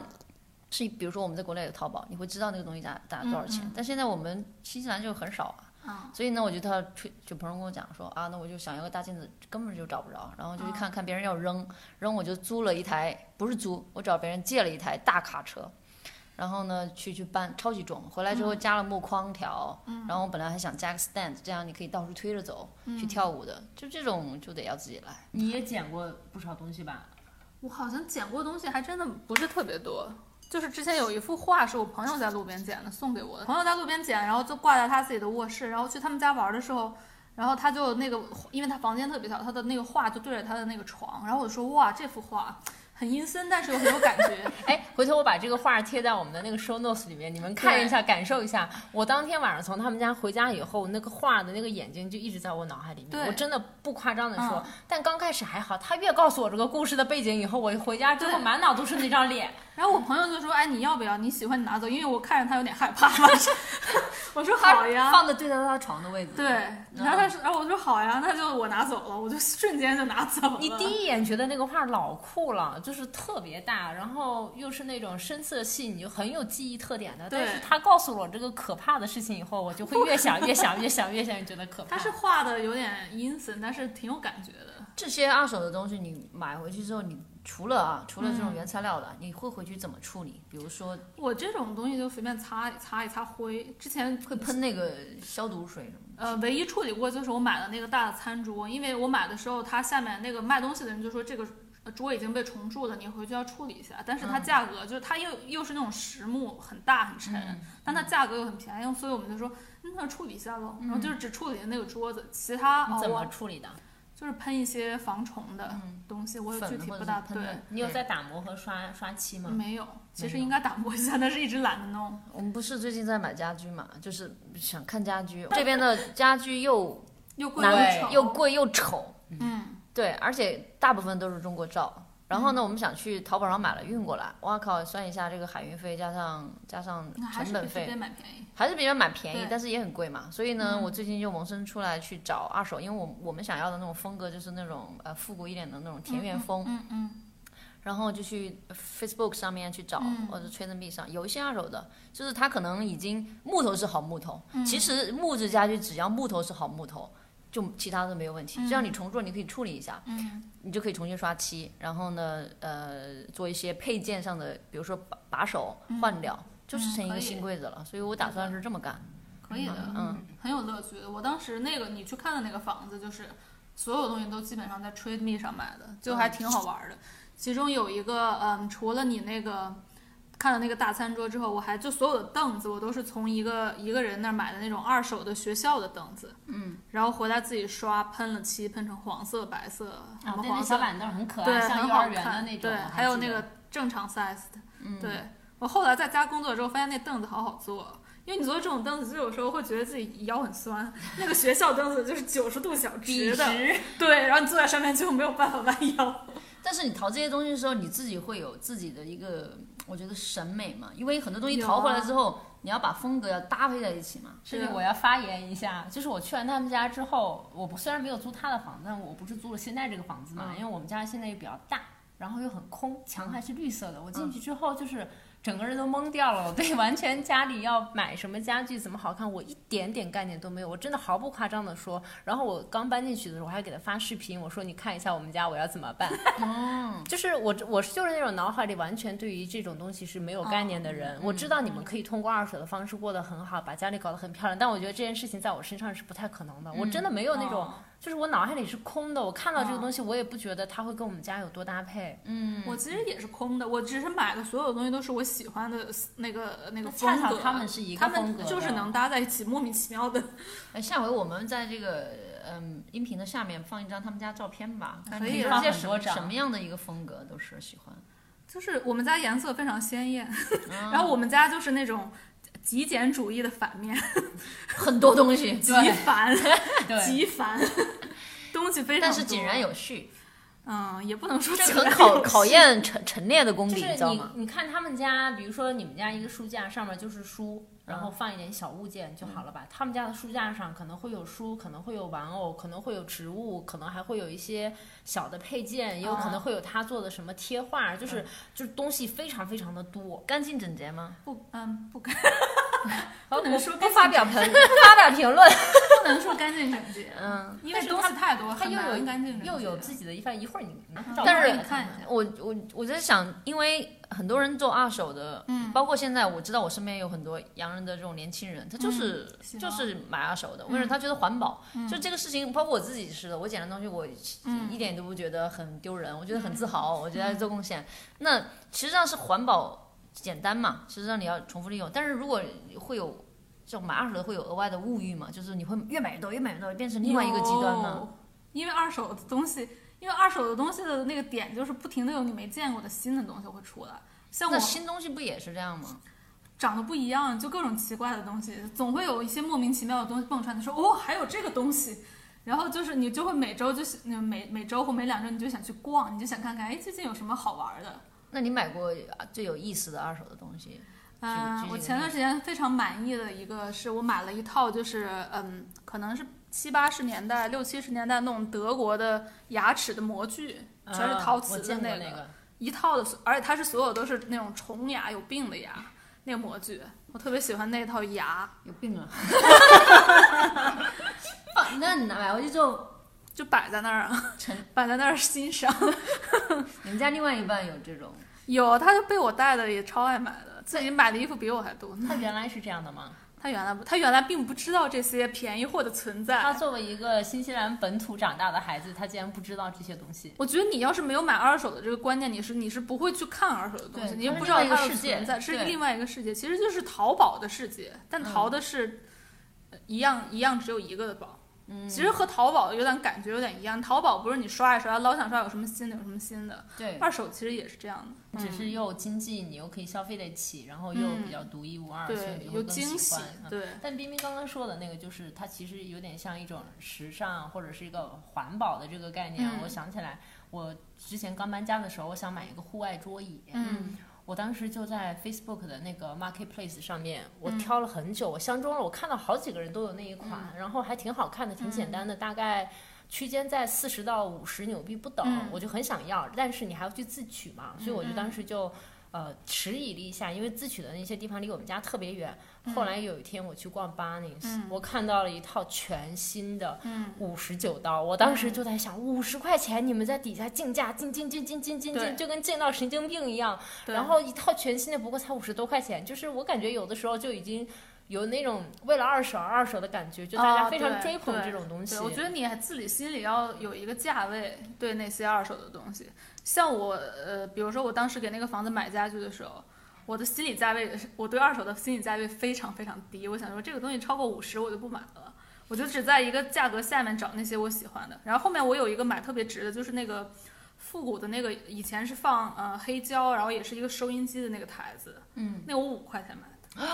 Speaker 2: 是，比如说我们在国内有淘宝，你会知道那个东西价大多少钱，但现在我们新西兰就很少啊。
Speaker 3: 啊
Speaker 2: 所以呢，我就他推，就朋友跟我讲说啊，那我就想要个大镜子，根本就找不着，然后就
Speaker 3: 哦
Speaker 2: 去看看别人要扔，扔我就租了一台，不是租，我找别人借了一台大卡车，然后呢去去搬，超级重，回来之后
Speaker 3: 嗯
Speaker 2: 加了木框条，然后我本来还想加个 stand，这样你可以到处推着走、
Speaker 3: 嗯
Speaker 2: 去跳舞的，就这种就得要自己来。
Speaker 1: 你也捡过不少东西吧？
Speaker 3: 我好像捡过东西，还真的不是特别多。就是之前有一幅画是我朋友在路边捡的，送给我的。朋友在路边捡，然后就挂在他自己的卧室。然后去他们家玩的时候，然后他就那个，因为他房间特别小，他的那个画就对着他的那个床。然后我就说哇，这幅画很阴森，但是又很有感 觉。
Speaker 1: 哎，回头我把这个画贴在我们的那个 show notes 里面，你们看一下，感受一下。我当天晚上从他们家回家以后，那个画的那个眼睛就一直在我脑海里面。
Speaker 3: 对
Speaker 1: 我真的不夸张的说，
Speaker 3: 嗯
Speaker 1: 但刚开始还好，他越告诉我这个故事的背景以后，我回家之后
Speaker 3: 对
Speaker 1: 满脑都是那张脸。
Speaker 3: 然后我朋友就说哎，你要不要？你喜欢你拿走，因为我看着他有点害怕。我说好呀。
Speaker 2: 放的对待他床的位置。嗯
Speaker 3: 对，然后他说，然后我说好呀，那就我拿走了，我就瞬间就拿走了。
Speaker 1: 你第一眼觉得那个画老酷了，就是特别大，然后又是那种深色系，你就很有记忆特点的。
Speaker 3: 对
Speaker 1: 但是他告诉我这个可怕的事情以后，我就会越想越想越想越想越觉得可怕。
Speaker 3: 他是画的有点阴森，但是挺有感觉的。
Speaker 2: 这些二手的东西，你买回去之后，你除了啊，除了
Speaker 3: 嗯
Speaker 2: 这种原材料的，你会回去怎么处理？比如说
Speaker 3: 我这种东西就随便擦一擦一擦灰。之前
Speaker 2: 会喷那个消毒水什么
Speaker 3: 呃，唯一处理过就是我买了那个大的餐桌，因为我买的时候，他下面那个卖东西的人就说这个呃桌已经被虫蛀了，你回去要处理一下。但是
Speaker 2: 嗯
Speaker 3: 它价格、就是它又又是那种实木，很大很沉，
Speaker 2: 嗯
Speaker 3: 但它价格又很便宜，所以我们就说嗯那处理一下喽。然后就是只处理了那个桌子，其他
Speaker 1: 你
Speaker 3: 哦
Speaker 1: 怎么
Speaker 3: 我
Speaker 1: 处理的？
Speaker 3: 就是喷一些防虫的东西，我也具
Speaker 2: 嗯粉
Speaker 3: 体
Speaker 2: 或
Speaker 3: 不
Speaker 2: 者
Speaker 3: 大
Speaker 2: 是喷
Speaker 3: 对。
Speaker 2: 的。
Speaker 1: 你有在打磨和刷刷漆吗？
Speaker 3: 没有，其实
Speaker 1: 没有
Speaker 3: 应该打磨一下， 但是一直懒得弄。
Speaker 2: 我们不是最近在买家居嘛，就是想看家居，这边的家居又
Speaker 3: 又贵
Speaker 1: 难
Speaker 2: 难又贵又丑，
Speaker 3: 嗯，
Speaker 2: 对，而且大部分都是中国造。然后呢，我们想去淘宝上买了运过来，哇靠，算一下这个海运费加上加上
Speaker 3: 那还
Speaker 2: 成
Speaker 3: 是
Speaker 2: 本
Speaker 3: 比随
Speaker 2: 费，
Speaker 3: 便买便宜。
Speaker 2: 还是比较蛮便宜
Speaker 3: 对，嗯
Speaker 2: 但是也很贵嘛。所以呢，我最近就萌生出来去找二手，因为我我们想要的那种风格就是那种呃复古一点的那种田园风，
Speaker 3: 嗯嗯，
Speaker 2: 然后就去 Facebook 上面去找，
Speaker 3: 嗯
Speaker 2: 或者 t r a d e 上有一些二手的，就是它可能已经木头是好木头，
Speaker 3: 嗯
Speaker 2: 其实木质家具只要木头是好木头，就其他的没有问
Speaker 3: 嗯
Speaker 2: 题。只要你重做，你可以处理一下，你就可以重新刷漆，然后呢，呃，做一些配件上的，比如说把把手换掉，就是成一
Speaker 3: 嗯可
Speaker 2: 个
Speaker 3: 以
Speaker 2: 新柜子了。所以我打算是这么干，
Speaker 3: 可以的，
Speaker 2: 嗯，
Speaker 3: 很有乐趣的。我当时那个你去看的那个房子，就是所有东西都基本上在 Trade Me 上买的，就还挺好玩的。
Speaker 1: 嗯
Speaker 3: 其中有一个，嗯，除了你那个看了那个大餐桌之后，我还就所有的凳子，我都是从一个一个人那儿买的那种二手的学校的凳子，嗯，然后回来自己刷，喷了漆，喷成黄色、白色，什
Speaker 1: 啊，
Speaker 3: 么
Speaker 1: 对，那
Speaker 3: 黄
Speaker 1: 小
Speaker 3: 色
Speaker 1: 板凳很可
Speaker 3: 对，
Speaker 1: 爱，像幼
Speaker 3: 很好
Speaker 1: 儿园的
Speaker 3: 看，
Speaker 1: 那种。
Speaker 3: 对，
Speaker 1: 我
Speaker 3: 还有
Speaker 1: 记
Speaker 3: 那
Speaker 1: 得嗯
Speaker 3: 个正常 size 的，对我后来在家工作之后，发现那凳子好好坐，因为你坐这种凳子，就有时候会觉得自己腰很酸。那个学校凳子就是九十度角直
Speaker 1: 笔
Speaker 3: 的，
Speaker 1: 直，
Speaker 3: 对，然后你坐在上面就没有办法弯腰。
Speaker 2: 但是你淘这些东西的时候，你自己会有自己的一个，我觉得审美嘛，因为很多东西
Speaker 3: 有啊
Speaker 2: 淘回来之后，你要把风格要搭配在一起嘛。
Speaker 1: 这里我要发言一下，就是我去完他们家之后，我不虽然没有租他的房子，但我不是租了现在这个房子嘛，
Speaker 2: 嗯
Speaker 1: 因为我们家现在又比较大，然后又很空，墙还是绿色的。我
Speaker 3: 嗯
Speaker 1: 进去之后就是整个人都懵掉了，我对 完全家里要买什么家具怎么好看，我一点点概念都没有，我真的毫不夸张的说。然后我刚搬进去的时候，我还给他发视频，我说你看一下我们家我要怎么办。
Speaker 2: 嗯，
Speaker 1: 就是我，我是就是那种脑海里完全对于这种东西是没有概念的人。
Speaker 2: 哦嗯
Speaker 1: 我知道你们可以通过二手的方式过得很好，把家里搞得很漂亮，但我觉得这件事情在我身上是不太可能的。我真
Speaker 3: 嗯
Speaker 1: 的没有那种，
Speaker 2: 哦
Speaker 1: 就是我脑海里是空的，我看到这个
Speaker 2: 哦
Speaker 1: 东西，我也不觉得它会跟我们家有多搭配。
Speaker 2: 嗯，
Speaker 3: 我其实也是空的，我只是买的所有东西都是我喜欢的那个那个
Speaker 1: 那恰
Speaker 3: 风
Speaker 1: 巧
Speaker 3: 格，
Speaker 1: 他们是一个
Speaker 3: 他
Speaker 1: 风格
Speaker 3: 们
Speaker 1: 的
Speaker 3: 就是能搭在一起，莫名其妙的。
Speaker 2: 哎，下回我们在这个嗯音频的下面放一张他们家照片吧，看
Speaker 3: 可以
Speaker 2: 你
Speaker 3: 啊
Speaker 2: 们
Speaker 3: 放
Speaker 2: 这
Speaker 1: 很多
Speaker 2: 什
Speaker 1: 张
Speaker 2: 什么样的一个风格都是喜欢。
Speaker 3: 就是我们家颜色非常鲜艳，
Speaker 1: 啊
Speaker 3: 然后我们家就是那种极简主义的反面，
Speaker 2: 很多东西，
Speaker 3: 极 繁，
Speaker 1: 对，
Speaker 3: 极繁，东西非常
Speaker 2: 但
Speaker 3: 多。
Speaker 2: 是井然有序，
Speaker 3: 嗯，也不能说
Speaker 2: 这
Speaker 3: 井
Speaker 2: 很
Speaker 3: 然
Speaker 2: 考
Speaker 3: 有
Speaker 2: 考
Speaker 3: 序。
Speaker 2: 验陈陈列的功
Speaker 1: 就
Speaker 2: 底，
Speaker 1: 是
Speaker 2: 知道
Speaker 1: 你
Speaker 2: 吗？
Speaker 1: 你看他们家，比如说你们家一个书架上面就是书，然后放一点小物件就好了吧。他们家的书架上可能会有书，可能会有玩偶，可能会有植物，可能还会有一些小的配件，也有可能会有他做的什么贴画，就是就是东西非常非常的多。
Speaker 2: 干净整洁吗？
Speaker 3: 不，嗯，不敢，
Speaker 1: 不
Speaker 3: 能说
Speaker 1: 不发表评发表评论，
Speaker 3: 不能说干净整洁，
Speaker 2: 嗯，
Speaker 3: 因为
Speaker 1: 但是
Speaker 3: 东
Speaker 1: 它
Speaker 3: 西太多，
Speaker 1: 他
Speaker 3: 很
Speaker 1: 又
Speaker 3: 难
Speaker 1: 有
Speaker 3: 干净整洁嗯
Speaker 1: 又有自己的一番，一会儿你你找
Speaker 2: 但
Speaker 1: 我
Speaker 2: 是
Speaker 1: 来看一下。
Speaker 2: 我我我在想，因为很多人做二手的，
Speaker 3: 嗯
Speaker 2: 包括现在我知道我身边有很多洋人的这种年轻人，他就是、
Speaker 3: 嗯喜欢嗯
Speaker 2: 就是买二手的，为什么他觉得环保？就这个事情，包括我自己是的，我捡的东西我
Speaker 3: 嗯
Speaker 2: 一点都不觉得很丢人，我觉得很自豪，我觉得在做贡献。那实际上是环保简单嘛，实际上你要重复利用，但是如果会有。这种买二手的会有额外的物欲嘛？就是你会越买越多，越买越多，变成另外一个极端嘛。
Speaker 3: 有因为二手的东西，因为二手的东西的那个点就是不停的有你没见过的新的东西会出来，像
Speaker 2: 那
Speaker 3: 我
Speaker 2: 新东西不也是这样吗？
Speaker 3: 长得不一样，就各种奇怪的东西，总会有一些莫名其妙的东西蹦出来。你说哦，还有这个东西，然后就是你就会每周就想嗯每每周或每两周你就想去逛，你就想看看，哎，最近有什么好玩的。
Speaker 2: 那你买过啊最有意思的二手的东西？
Speaker 3: 嗯、
Speaker 2: 举
Speaker 3: 我
Speaker 2: 举几个
Speaker 3: 前段时间非常满意的一个是我买了一套，就是嗯，可能是七八十年代、六七十年代那种德国的牙齿的模具，全是陶
Speaker 1: 啊
Speaker 3: 瓷
Speaker 1: 我
Speaker 3: 的
Speaker 1: 见过
Speaker 3: 那
Speaker 1: 那个，
Speaker 3: 一套的，而且它是所有都是那种虫牙、有病的牙那个模具，我特别喜欢那套牙。
Speaker 2: 有病啊！ 放那你拿买回去之后，
Speaker 3: 就摆在那儿啊
Speaker 2: 陈，
Speaker 3: 摆在那儿欣赏。
Speaker 2: 你们家另外一半有这种？
Speaker 3: 有，他就被我带的也超爱买的，自己买的衣服比我还多呢。
Speaker 1: 他原来是这样的吗？
Speaker 3: 他原来不，他原来并不知道这些便宜货的存
Speaker 1: 他
Speaker 3: 在。
Speaker 1: 作为一个新西兰本土长大的孩子，他竟然不知道这些东西。
Speaker 3: 我觉得你要是没有买二手的这个观念，你是你是不会去看二手的东西，
Speaker 2: 对
Speaker 3: 你也
Speaker 2: 它是
Speaker 3: 不知道
Speaker 2: 另外一个
Speaker 3: 它的
Speaker 2: 世界
Speaker 3: 存在是
Speaker 2: 对嗯
Speaker 3: 另外一个世界，其实就是淘宝的世界，但淘的是呃一样、一样只有一个的宝。
Speaker 2: 嗯
Speaker 3: 其实和淘宝有点感觉有点一样，淘宝不是你刷一刷，老想刷有什么新的有什么新的，
Speaker 2: 对，
Speaker 3: 二手其实也是这样的。
Speaker 1: 只是又经济，你又可以消费得起，然后又
Speaker 3: 嗯
Speaker 1: 比较独一无二，所以
Speaker 3: 对
Speaker 1: 你，会
Speaker 3: 有
Speaker 1: 更
Speaker 3: 惊
Speaker 1: 喜
Speaker 3: 喜
Speaker 1: 欢。嗯，
Speaker 3: 对。
Speaker 1: 但冰冰刚刚说的那个，就是它其实有点像一种时尚或者是一个环保的这个概念。
Speaker 3: 嗯
Speaker 1: 我想起来，我之前刚搬家的时候，我想买一个户外桌椅，
Speaker 3: 嗯
Speaker 1: 我当时就在 Facebook 的那个 Marketplace 上面，我
Speaker 3: 嗯
Speaker 1: 挑了很久，我相中了，我看到好几个人都有那一款，然后还挺好看的，挺
Speaker 3: 嗯
Speaker 1: 简单的，大概区间在四十到五十纽币不等，
Speaker 3: 嗯
Speaker 1: 我就很想要，但是你还要去自取嘛，所以我就当时就。呃，迟疑了一下，因为自取的那些地方离我们家特别远。
Speaker 3: 嗯
Speaker 1: 后来有一天我去逛 Barney's，、我看到了一套全新的
Speaker 3: 嗯
Speaker 1: 五十九刀，我当时就在想，五十块钱你们在底下竞价，竞竞竞竞竞竞
Speaker 3: 对
Speaker 1: 竞，就跟竞到神经病一样。
Speaker 3: 对
Speaker 1: 然后一套全新的不过才五十多块钱，就是我感觉有的时候就已经有那种为了二手而二手的感觉，就大家
Speaker 3: 啊
Speaker 1: 非常
Speaker 3: 对
Speaker 1: 追捧这
Speaker 3: 对
Speaker 1: 种东西。
Speaker 3: 对，我觉得你还自己心里要有一个价位，对那些二手的东西。像我，呃，比如说我当时给那个房子买家具的时候，我的心理价位是，我对二手的心理价位非常非常低。我想说，这个东西超过五十我就不买了，我就只在一个价格下面找那些我喜欢的。然后后面我有一个买特别值的，就是那个复古的那个，以前是放呃黑胶，然后也是一个收音机的那个台子，
Speaker 2: 嗯，
Speaker 3: 那我五块钱买的。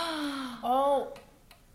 Speaker 1: 哦，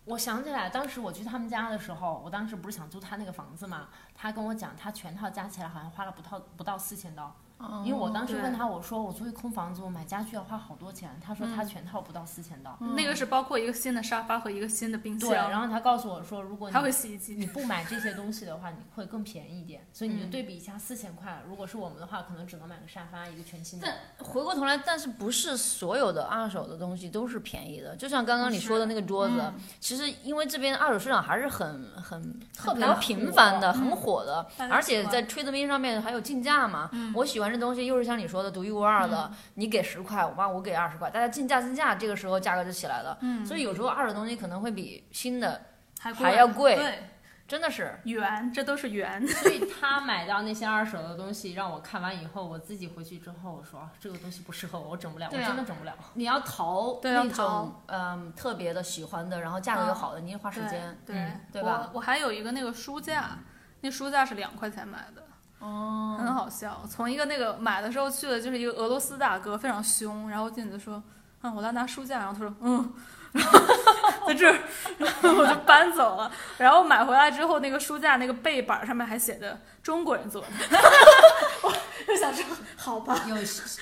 Speaker 1: 我想起来，当时我去他们家的时候，我当时不是想租他那个房子嘛，他跟我讲，他全套加起来好像花了不到不到四千刀。因为我当时
Speaker 3: 对
Speaker 1: 问他，我说我作为空房租，我买家具要花好多钱，他说他全套不到四千刀。
Speaker 3: 那个是包括一个新的沙发和一个新的冰
Speaker 1: 对，然
Speaker 3: 箱，
Speaker 1: 后他告诉我说，如果你
Speaker 3: 还有个洗衣机。
Speaker 1: 你不买这些东西的话，你会更便宜一点。所以你就对比一下四千块，如果是我们的话，可能只能买个沙发，一个全新的。
Speaker 2: 回过头来，但是不是所有的二手的东西都是便宜的？就像刚刚你说的那个桌子，其实因为这边二手市场还是很嗯很嗯
Speaker 1: 特别
Speaker 2: 很
Speaker 1: 火
Speaker 2: 频繁的、很火的，
Speaker 3: 大家
Speaker 2: 而
Speaker 3: 喜
Speaker 2: 且
Speaker 3: 欢
Speaker 2: 在 Trade Me 上面还有竞价嘛。我喜欢这东西，又是像你说的独一无二的，你给十块，我妈我给二十块，大家竞价竞价，这个时候价格就起来了。所以有时候二手东西可能会比新的
Speaker 3: 还贵
Speaker 2: 嗯还要贵，
Speaker 3: 对，
Speaker 2: 真的是。
Speaker 3: 圆，这都是圆。
Speaker 1: 所以他买到那些二手的东西，让我看完以后，我自己回去之后，我说啊这个东西不适合我，我整不了，我
Speaker 2: 对啊
Speaker 1: 真的整不了。
Speaker 2: 你要淘
Speaker 3: 对要
Speaker 2: 那种
Speaker 3: 淘
Speaker 2: 嗯特别的喜欢的，然后价格又好的，你也花时间。
Speaker 3: 对
Speaker 1: 嗯
Speaker 2: 对吧？
Speaker 3: 我我还有一个那个书架，那书架是两块钱买的。哦，
Speaker 2: 嗯
Speaker 3: 很好笑。从一个那个买的时候去的就是一个俄罗斯大哥，非常凶，然后进去就说：“嗯，我来拿书架。”然后他说：“嗯。”在这儿，然后我就搬走了。然后买回来之后，那个书架那个背板上面还写着“中国人做的”，我就想说，好吧。
Speaker 2: 有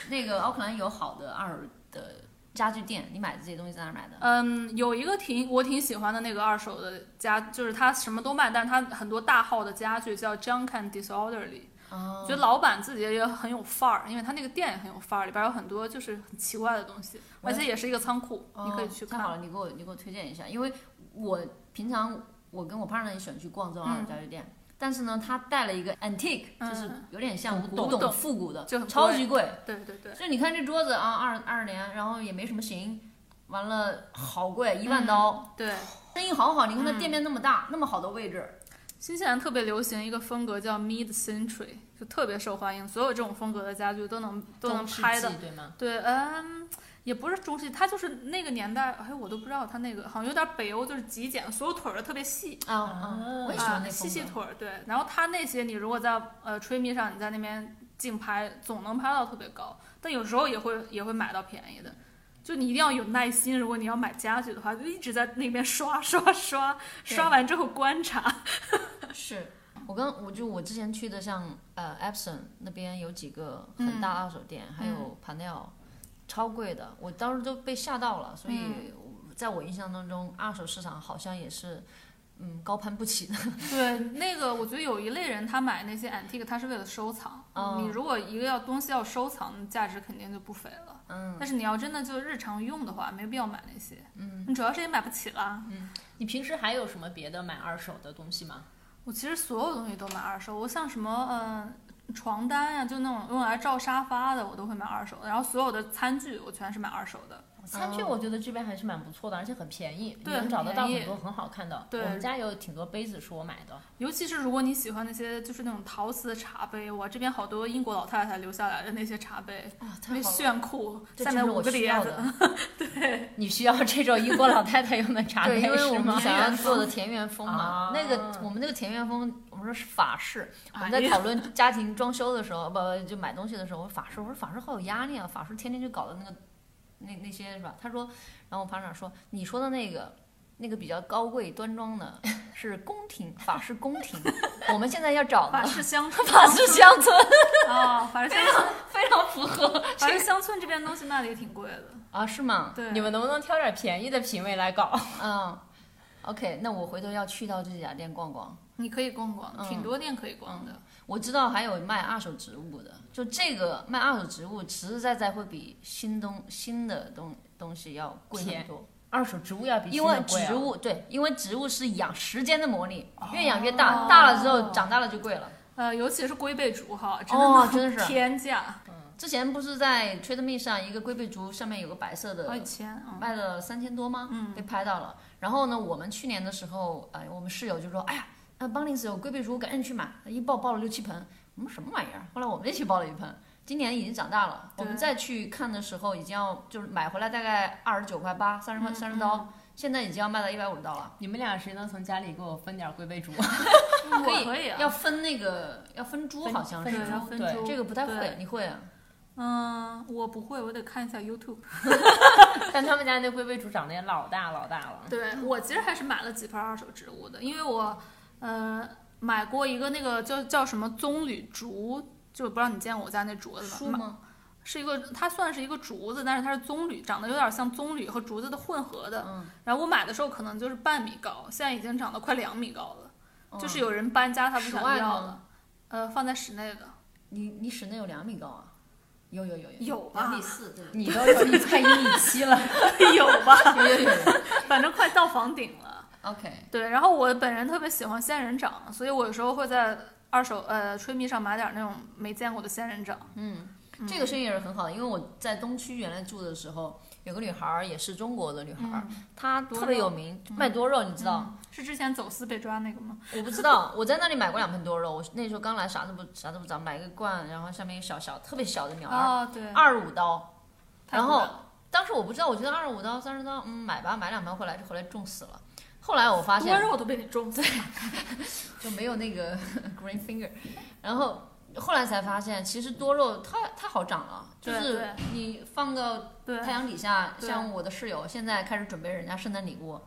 Speaker 2: 那个奥克兰有好的二手的家具店，你买的这些东西在哪儿买的？
Speaker 3: 嗯，有一个挺我挺喜欢的那个二手的家，就是它什么都卖，但是它很多大号的家具叫 Junk and Disorderly，
Speaker 2: 哦
Speaker 3: 觉得老板自己也很有范儿，因为他那个店也很有范儿，里边有很多就是很奇怪的东西，
Speaker 2: 我
Speaker 3: 而且也是一个仓库，
Speaker 2: 哦
Speaker 3: 你可以去
Speaker 2: 太好
Speaker 3: 看。
Speaker 2: 了，你给我你给我推荐一下，因为我平常我跟我 partner 一起去逛这种二手家具店。但是呢，他带了一个 antique，、
Speaker 3: 嗯
Speaker 2: 就是有点像
Speaker 1: 古
Speaker 2: 古
Speaker 1: 董
Speaker 2: 董、复古的，
Speaker 3: 就很贵
Speaker 2: 超级贵。
Speaker 3: 对对对，
Speaker 2: 就你看这桌子啊，二二十年，然后也没什么型，完了好贵，一万刀，
Speaker 3: 对，
Speaker 2: 生意好好。你看它店面那么大，那么好的位置，
Speaker 3: 新西兰特别流行一个风格叫 Mid Century，就特别受欢迎，所有这种风格的家具都能都能
Speaker 1: 中世
Speaker 3: 拍的
Speaker 1: 纪对吗？
Speaker 3: 对，嗯，也不是中世纪，它就是那个年代，哎，我都不知道它那个好像有点北欧，就是极简，所有腿儿都特别细，
Speaker 2: 啊
Speaker 1: 啊
Speaker 2: 我也喜欢
Speaker 3: 啊
Speaker 2: 那，
Speaker 3: 细
Speaker 2: 风
Speaker 3: 细
Speaker 2: 格。
Speaker 3: 腿儿。对，然后它那些你如果在呃 t r i m 上，你在那边竞拍，总能拍到特别高，但有时候也会也会买到便宜的。就你一定要有耐心，如果你要买家具的话，就一直在那边刷刷刷，刷完之后观察。
Speaker 2: 是我刚我就我之前去的像呃 Epson 那边有几个很大的二手店，还有 Panel，、超贵的，我当时都被吓到了。所以我在我印象当中，二手市场好像也是嗯高攀不起的。
Speaker 3: 对，那个我觉得有一类人，他买那些 antique，他是为了收藏。
Speaker 2: 哦
Speaker 3: 你如果一个要东西要收藏，价值肯定就不菲了。
Speaker 2: 嗯，
Speaker 3: 但是你要真的就日常用的话，没必要买那些。嗯，你主要是也买不起啦。
Speaker 1: 你平时还有什么别的买二手的东西吗？
Speaker 3: 我其实所有东西都买二手，我像什么嗯、呃、床单呀、就那种用来罩沙发的，我都会买二手的。然后所有的餐具我全是买二手的。
Speaker 1: 餐具我觉得这边还是蛮不错的，而且很便宜，你
Speaker 3: 对
Speaker 1: 能找得到
Speaker 3: 便宜
Speaker 1: 嗯很多很好看的。
Speaker 3: 对
Speaker 1: 我们家有挺多杯子是我买的，
Speaker 3: 尤其是如果你喜欢那些就是那种陶瓷的茶杯，我这边好多英国老太太留下来的那些茶杯，
Speaker 2: 啊，
Speaker 3: 特
Speaker 2: 太
Speaker 3: 别
Speaker 2: 好了，
Speaker 3: 炫酷，
Speaker 2: 这
Speaker 3: 下
Speaker 2: 正
Speaker 3: 面
Speaker 2: 是
Speaker 3: 五
Speaker 2: 我
Speaker 3: 个
Speaker 2: 需
Speaker 3: 碟
Speaker 2: 要
Speaker 3: 子
Speaker 2: 的。。
Speaker 1: 你需要这种英国老太太用的茶
Speaker 2: 对，
Speaker 1: 杯
Speaker 2: 因为我
Speaker 1: 是
Speaker 2: 们
Speaker 1: 吗？
Speaker 2: 想要做的田园风嘛
Speaker 1: 啊，
Speaker 2: 那个我们那个田园风，我们说是法式。我们
Speaker 3: 哎
Speaker 2: 在
Speaker 3: 呀
Speaker 2: 讨论家庭装修的时候，不不就买东西的时候，我说法式，我说法式好有压力啊，法式天天就搞的那个那那些是吧？他说，然后我旁长说，你说的那个那个比较高贵端庄的是宫廷法式宫廷，我们现在要找
Speaker 3: 法
Speaker 2: 的
Speaker 3: 式 乡
Speaker 2: 法式乡村，
Speaker 3: 啊，法式乡 村，
Speaker 2: 非常符合
Speaker 3: 法式乡村这边东西卖的也挺贵的。
Speaker 2: 啊，是吗？
Speaker 3: 对，
Speaker 1: 你们能不能挑点便宜的品味来搞？
Speaker 2: 嗯，OK，那我回头要去到这家店逛逛。
Speaker 3: 你可以逛逛，
Speaker 2: 嗯
Speaker 3: 挺多店可以逛的。
Speaker 2: 我知道还有卖二手植物的，就这个卖二手植物实实在在会比新东新的东东西要贵很
Speaker 1: 便
Speaker 2: 多，
Speaker 1: 二手植物要比新
Speaker 2: 因为
Speaker 1: 的贵、啊。哦
Speaker 2: 植物对，因为植物是养时间的魔力，越养越大，大了之后长大了就贵了。
Speaker 3: 呃，尤其是龟背竹哈，真
Speaker 2: 哦
Speaker 3: 的
Speaker 2: 真的是
Speaker 3: 天价。
Speaker 1: 嗯
Speaker 2: 之前不是在 Trade Me 上一个龟背竹上面有个白
Speaker 1: 哎
Speaker 2: 色的
Speaker 3: 好几千
Speaker 1: 嗯
Speaker 3: 啊，
Speaker 2: 卖了三千多吗？
Speaker 3: 嗯
Speaker 2: 被拍到了。然后呢，我们去年的时候，哎，我们室友就说，哎呀，那邦林斯有龟背竹，赶紧去买，一抱抱了六七盆，我们什么玩意儿？后来我们也去抱了一盆。今年已经长大了，我
Speaker 3: 对
Speaker 2: 们再去看的时候，已经要就是买回来大概二十九块八，三十
Speaker 1: 嗯
Speaker 2: 块三十刀，现在已经要卖到一百五十刀了。
Speaker 1: 你们俩谁能从家里给我分点龟 背竹？
Speaker 3: 嗯
Speaker 2: 可以
Speaker 3: 我可以啊。
Speaker 2: 要分那个要分株，
Speaker 1: 分
Speaker 2: 好像
Speaker 1: 分
Speaker 2: 是
Speaker 3: 对，要分
Speaker 1: 对
Speaker 3: 株，
Speaker 2: 这个不太
Speaker 3: 对
Speaker 2: 会，。你会啊？
Speaker 3: 嗯，我不会，我得看一下 YouTube。
Speaker 1: 但他们家那龟背竹长得也老大老大 了。。
Speaker 3: 对我其实还是买了几盆二手植物的，因为我，呃，买过一个那个叫叫什么棕榈竹，就是不知道你见过我家那镯子
Speaker 2: 书
Speaker 3: 吗？
Speaker 2: 吗？
Speaker 3: 是一个，它算是一个竹子，但是它是棕榈，长得有点像棕榈和竹子的混合的。
Speaker 2: 嗯，
Speaker 3: 然后我买的时候可能就是半米高，现在已经长到快两米高了。就是
Speaker 2: 有
Speaker 3: 有人搬家，他不
Speaker 2: 嗯室
Speaker 3: 想
Speaker 2: 外的
Speaker 3: 要
Speaker 2: 吗
Speaker 3: 了。呃，放在室 内的，
Speaker 2: 你你室内有两米高啊？有有有有
Speaker 3: 有吧
Speaker 2: 两米四对
Speaker 1: 啊你都有一快一米七了，
Speaker 3: 有吧？
Speaker 2: 有有有有
Speaker 3: 反正快到房顶了。
Speaker 2: ，OK，
Speaker 3: 对，然后我本人特别喜欢仙人掌，所以我有时候会在二手呃吹咪上买点那种没见过的仙人掌。
Speaker 2: 嗯，这个生意也是很好的，因为我在东区原来住的时候，有个女孩儿也是中国的女孩
Speaker 3: 嗯
Speaker 2: 儿，她特别有名，卖多肉，你知道？
Speaker 3: 是之前走私被抓那个吗？
Speaker 2: 我不知道，我在那里买过两盆多肉，我那时候刚来，啥都不啥都不知道，买一个罐，然后上面有小小特别小的鸟儿，
Speaker 3: 哦，对，
Speaker 2: 二十五刀，
Speaker 3: 泰
Speaker 2: 然
Speaker 3: 国的
Speaker 2: 后当时我不知道，我觉得二十五刀、三十刀，嗯，买吧，买两盆回来就回来种死了。后来我发
Speaker 3: 多
Speaker 2: 现
Speaker 3: 肉都被你种死了。
Speaker 2: 就没有那个 green finger，然后后来才发现，其实多肉太太好长了，就
Speaker 3: 对
Speaker 2: 是
Speaker 3: 对
Speaker 2: 你放到
Speaker 3: 对
Speaker 2: 太阳底下，
Speaker 3: 对
Speaker 2: 像我的室友现在开始准备人家圣诞礼物，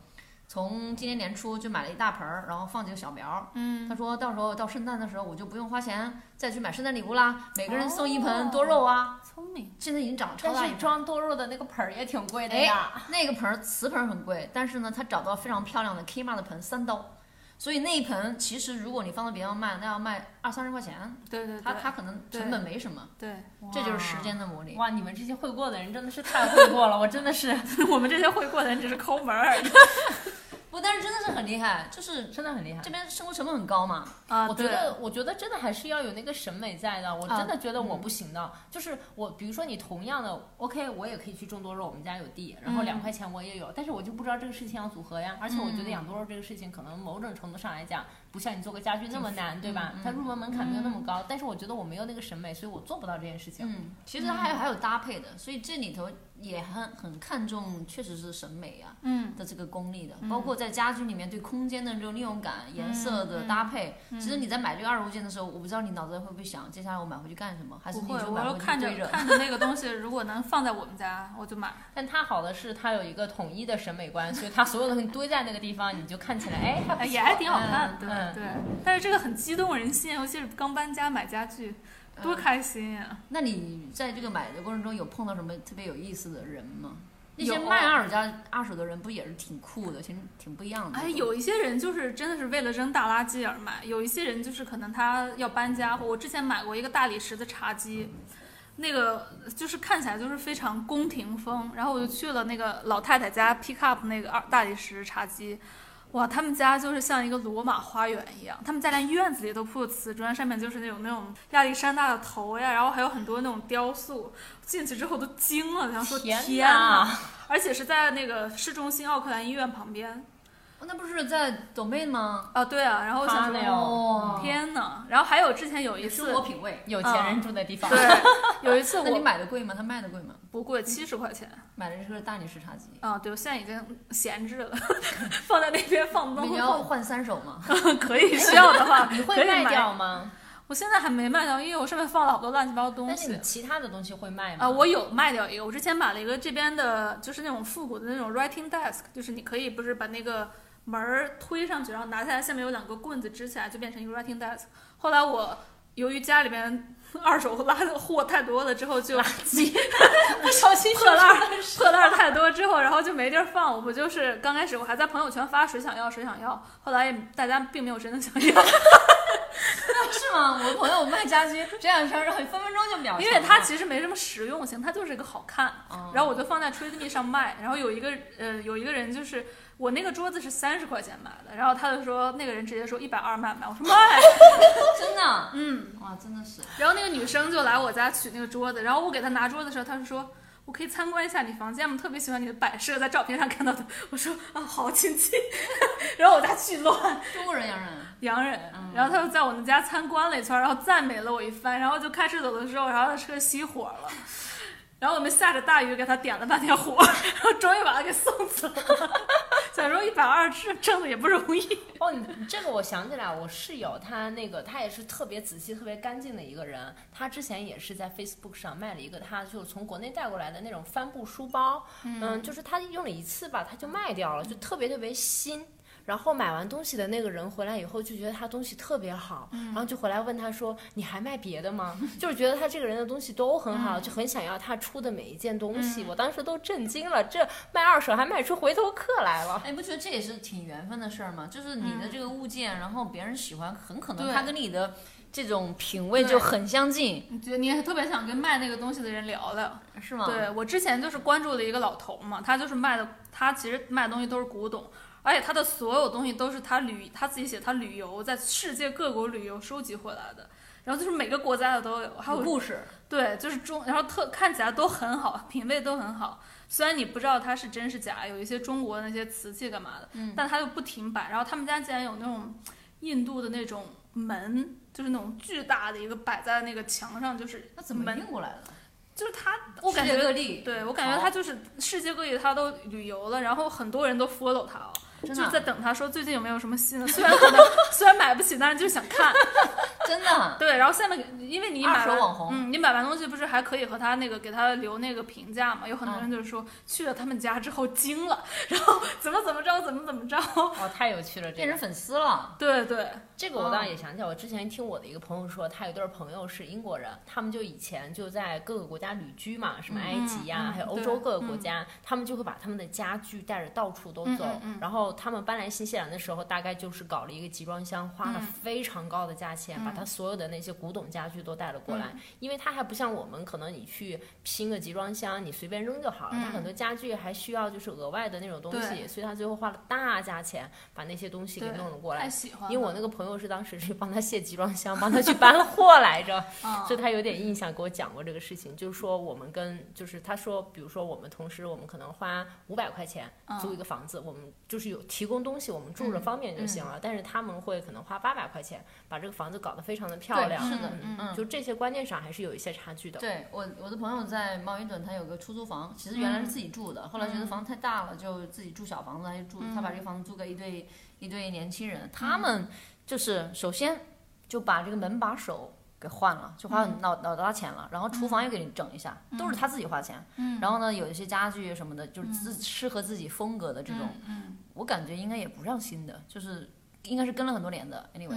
Speaker 2: 从今年年初就买了一大盆儿，然后放几个小苗儿。
Speaker 3: 嗯
Speaker 2: 他，说到时候到圣诞的时候，我就不用花钱再去买圣诞礼物啦，每个人送一盆
Speaker 3: 哦
Speaker 2: 多肉啊。
Speaker 3: 聪明。
Speaker 2: 现在已经长得超大
Speaker 1: 但
Speaker 2: 一
Speaker 1: 是
Speaker 2: 盆儿，
Speaker 1: 装多肉的那个盆儿也挺贵的呀。
Speaker 2: 那个盆儿瓷盆儿很贵，但是呢，他找到非常漂亮的 Kima 的盆，三刀。所以那一盆其实如果你放到别地方卖，那要卖二三十块钱，
Speaker 3: 对对
Speaker 2: 他
Speaker 3: 对
Speaker 2: 他可能成本没什么，
Speaker 3: 对，
Speaker 2: 这就是时间的魔力。
Speaker 1: 哇，你们这些会过的人真的是太会过了，我真的是
Speaker 3: 我们这些会过的人只是抠门儿而 已。
Speaker 2: 不，但是真的是很厉害，就是
Speaker 1: 真的很厉害
Speaker 2: 这。边生活成本很高嘛，
Speaker 3: 啊
Speaker 1: 我觉
Speaker 3: 对嗯
Speaker 1: 得，我觉得真的还是要有那个审美在的。我
Speaker 2: 啊
Speaker 1: 真的觉得我不行的，就是我，比如说你同样的，OK，我也可以去种多肉，我们家有地，然后
Speaker 3: 嗯
Speaker 1: 两块钱我也有，但是我就不知道这个事情要组合呀。而且我觉得
Speaker 2: 嗯
Speaker 1: 养多肉这个事情，可能某种程度上来讲，不像你做个家具那么难，对吧
Speaker 2: 嗯？
Speaker 1: 它入门门槛没有那么高，但是我觉得我没有那个审美，所以我做不到这件事情。
Speaker 2: 嗯，其实还有、还有搭配的，所以这里头也很很看重，确实是审美啊
Speaker 3: 嗯，
Speaker 2: 的这个功力的，包括在家居里面对空间的这种利用感、颜色
Speaker 3: 嗯
Speaker 2: 的搭配。其实你在买这个二手物件的时候，我不知道你脑子里会不会想，接下来我买回去干什么，还是
Speaker 3: 不
Speaker 2: 你
Speaker 3: 会，
Speaker 2: 就
Speaker 3: 我
Speaker 2: 买
Speaker 3: 要
Speaker 2: 回去
Speaker 3: 看
Speaker 2: 堆着。
Speaker 3: 着看着那个东西，如果能放在我们家，我 就买。
Speaker 1: 但它好的是，它有一个统一的审美观，所以它所有的东西堆在那个地方，你就看起来，哎，还不
Speaker 3: 哎，
Speaker 1: 错
Speaker 3: 也还挺好看，对
Speaker 1: 嗯
Speaker 3: 对。但是这个很激动人心，尤其是刚搬家买家具，
Speaker 2: 嗯
Speaker 3: 多开心啊呀！
Speaker 2: 那你在这个买的过程中有碰到什么特别有意思的人吗？那些
Speaker 3: 有
Speaker 2: 卖二手家二手的人不也是挺酷的，挺挺不一样的。
Speaker 3: 哎，有一些人就是真的是为了扔大垃圾而买，有一些人就是可能他要搬家。我之前买过一个大理石的茶几，那个就是看起来就是非常宫廷风。然后我就去了那个老太太家 pick up 那个二大理石茶几，哇，他们家就是像一个罗马花园一样，他们家连院子里都铺瓷砖，上面就是那种那种亚历山大的头呀，然后还有很多那种雕塑。进去之后都惊了， 然后说
Speaker 1: 天哪
Speaker 3: 天啊哪！而且是在那个市中心奥克兰医院旁边。
Speaker 2: 哦那不是在 domain 吗？
Speaker 3: 啊，对啊，然后我想说，
Speaker 1: Chanel
Speaker 2: 哦
Speaker 3: 天哪！然后还有之前有一
Speaker 2: 生
Speaker 3: 次
Speaker 2: 活，品味。
Speaker 1: 有钱人住的地方。
Speaker 3: 嗯对，有 一次
Speaker 2: 那你
Speaker 3: 我
Speaker 2: 买的贵吗？他卖的贵吗？
Speaker 3: 不
Speaker 1: 嗯
Speaker 3: 贵，七十块钱
Speaker 2: 买的是个大理石茶几，
Speaker 3: 啊，对，我现在已经闲置了， 放在那边放
Speaker 2: 你
Speaker 3: 东
Speaker 2: 要
Speaker 3: 放
Speaker 2: 换三手吗？
Speaker 3: 可以需要的话，
Speaker 1: 你会
Speaker 3: 可以
Speaker 1: 卖
Speaker 3: 买
Speaker 1: 掉吗？
Speaker 3: 我现在还没卖掉，因为我上面放了好多乱七八糟东
Speaker 1: 但是你
Speaker 3: 西。
Speaker 1: 其他的东西会卖吗？
Speaker 3: 啊，我有卖掉一个，我之前买了一个这边的，就是那种复古的那种 writing desk，就是你可以不是把那个门儿推上去，然后拿下来，下面有两个棍子支起来，就变成一个 writing desk。后来我由于家里边 二手拉的货太多了，之后就
Speaker 1: 不小心
Speaker 3: 破烂儿破烂儿太多之后，然后就没地儿放。我不就是刚开始我还在朋友圈发谁想要谁想要，后来也大家并没有真的想要，
Speaker 2: 是吗？我朋友卖家居，这两天让分分钟就秒
Speaker 3: 因为它其实没什么实用性，它就是一个好看。
Speaker 2: 哦
Speaker 3: 然后我就放在 Trade Me 上卖，然后有一个呃有一个人就是我那个桌子是三十块钱买的，然后他就说那个人直接说一百二卖不卖，我说卖，
Speaker 2: 真的，
Speaker 3: 嗯，
Speaker 2: 哇，真的是，
Speaker 3: 然后那个女生就来我家取那个桌子，然后我给她拿桌子的时候，她就说。我可以参观一下你房间吗？特别喜欢你的摆设，在照片上看到的。 我说啊，好亲戚。 然后我家巨乱，
Speaker 2: 中国人洋人，
Speaker 3: 洋人，然后他就在我们家参观了一圈，然后赞美了我一番，然后就开车走的时候，然后他车熄火了， 然后我们下着大雨给他点了半天火， 然后终于把他给送走了。 想说一百二挣挣的也不容易，
Speaker 1: 哦，你这个我想起来，我室友他那个他也是特别仔细、特别干净的一个人。他之前也是在 Facebook 上卖了一个，他就是从国内带过来的那种嗯帆布书包，嗯就是他用了一次吧，他就卖掉了，就特别特别新。然后买完东西的那个人回来以后就觉得他东西特别好，然后就回来问他说：“你还卖别的吗？”就是觉得他这个人的东西都很好，就很想要他出的每一件东西。我当时都震惊了，这卖二手还卖出回头客来了。
Speaker 2: 哎，你不觉得这也是挺缘分的事儿吗？就是你的这个物件，然后别人喜欢，很可能
Speaker 3: 对
Speaker 2: 他跟你的这种品味就
Speaker 3: 对
Speaker 2: 很相近，
Speaker 3: 你觉得你也特别想跟卖那个东西的人聊聊。
Speaker 2: 是吗？
Speaker 3: 对我之前就是关注了一个老头嘛，他就是卖的，他其实卖的东西都是古董，而且他的所有东西都是他旅他自己写他旅游在世界各国旅游收集回来的，然后就是每个国家的都有，还有
Speaker 2: 有故事，
Speaker 3: 对，就是中，然后特看起来都很好，品味都很好。虽然你不知道它是真是假，有一些中国那些瓷器干嘛的，
Speaker 2: 嗯
Speaker 3: 但它就不停摆。然后他们家竟然有那种印度的那种门，就是那种巨大的一个摆在那个墙上，就是
Speaker 2: 那怎么
Speaker 3: 门
Speaker 2: 运过来了？
Speaker 3: 就是它，我感觉
Speaker 2: 世界各地，
Speaker 3: 对我感觉
Speaker 2: 好
Speaker 3: 他就是世界各地他都旅游了，然后很多人都 follow 他哦，就
Speaker 2: 真
Speaker 3: 是
Speaker 2: 的啊
Speaker 3: 在等他说最近有没有什么新的，虽然可能 虽然买不起，但是就是想看。
Speaker 2: 真的，
Speaker 3: 对，然后下面因为你
Speaker 2: 二
Speaker 3: 买
Speaker 2: 手
Speaker 3: 完
Speaker 2: 网红
Speaker 3: 嗯，你买完东西不是还可以和他那个给他留那个评价嘛？有很
Speaker 1: 嗯
Speaker 3: 多人就是说、去了他们家之后惊了， 然后怎么怎么着，怎么怎么着。
Speaker 1: 哦，太有趣了，这
Speaker 2: 变
Speaker 1: 个
Speaker 2: 成粉丝了，
Speaker 3: 对对，
Speaker 1: 这个
Speaker 3: 嗯
Speaker 1: 我倒也想起来，我之前听我的一个朋友说，他有一对儿朋友是英国人，他们就以前就在各个国家旅居嘛，什么埃及呀、
Speaker 3: 嗯嗯
Speaker 1: 还有欧洲各个国家，他们就会把他们的家具带着到处都走。
Speaker 3: 嗯嗯嗯
Speaker 1: 然后他们搬来新西兰的时候，大概就是搞了一个集装箱，花
Speaker 3: 嗯
Speaker 1: 了非常高的价钱，把他所有的那些古董家具都带了过来，
Speaker 3: 嗯
Speaker 1: 因为他还不像我们，可能你去拼个集装箱，你随便扔就好了。他很多家具还需要就是额外的那种东西，
Speaker 3: 嗯对
Speaker 1: 所以他最后花了大价钱把那些东西给
Speaker 3: 对哎
Speaker 1: 弄了过来
Speaker 3: 太。喜欢了。
Speaker 1: 因为我那个朋友是当时去帮他卸集装箱，帮他去搬了货来着，
Speaker 3: 嗯
Speaker 1: 所以他有点印象，给我讲过这个事情，就是说我们跟就是他说，比如说我们同时我们可能花五百块钱
Speaker 3: 嗯
Speaker 1: 租一个房子，我们就是有提供东西，我们住着方便就行了，但是他们会可能花八百块钱把这个房子搞得非常的漂亮，
Speaker 2: 是的，
Speaker 1: 嗯，
Speaker 2: 嗯。
Speaker 1: 就这些观念上还是有一些差距的。
Speaker 2: 对我，我的朋友在茂一顿，他有个出租房，其实原来是自己住的，后来觉得房子太大了，就自己住小房子，他就住，他把这个房子租给一对一对年轻人，他们就是首先就把这个门把手。给换了，就花很老老大钱了，然后厨房又给你整一下，都是他自己花钱。然后呢，有一些家具什么的，就是自适合自己风格的这种，我感觉应该也不让新的，就是应该是跟了很多年的。Anyway，、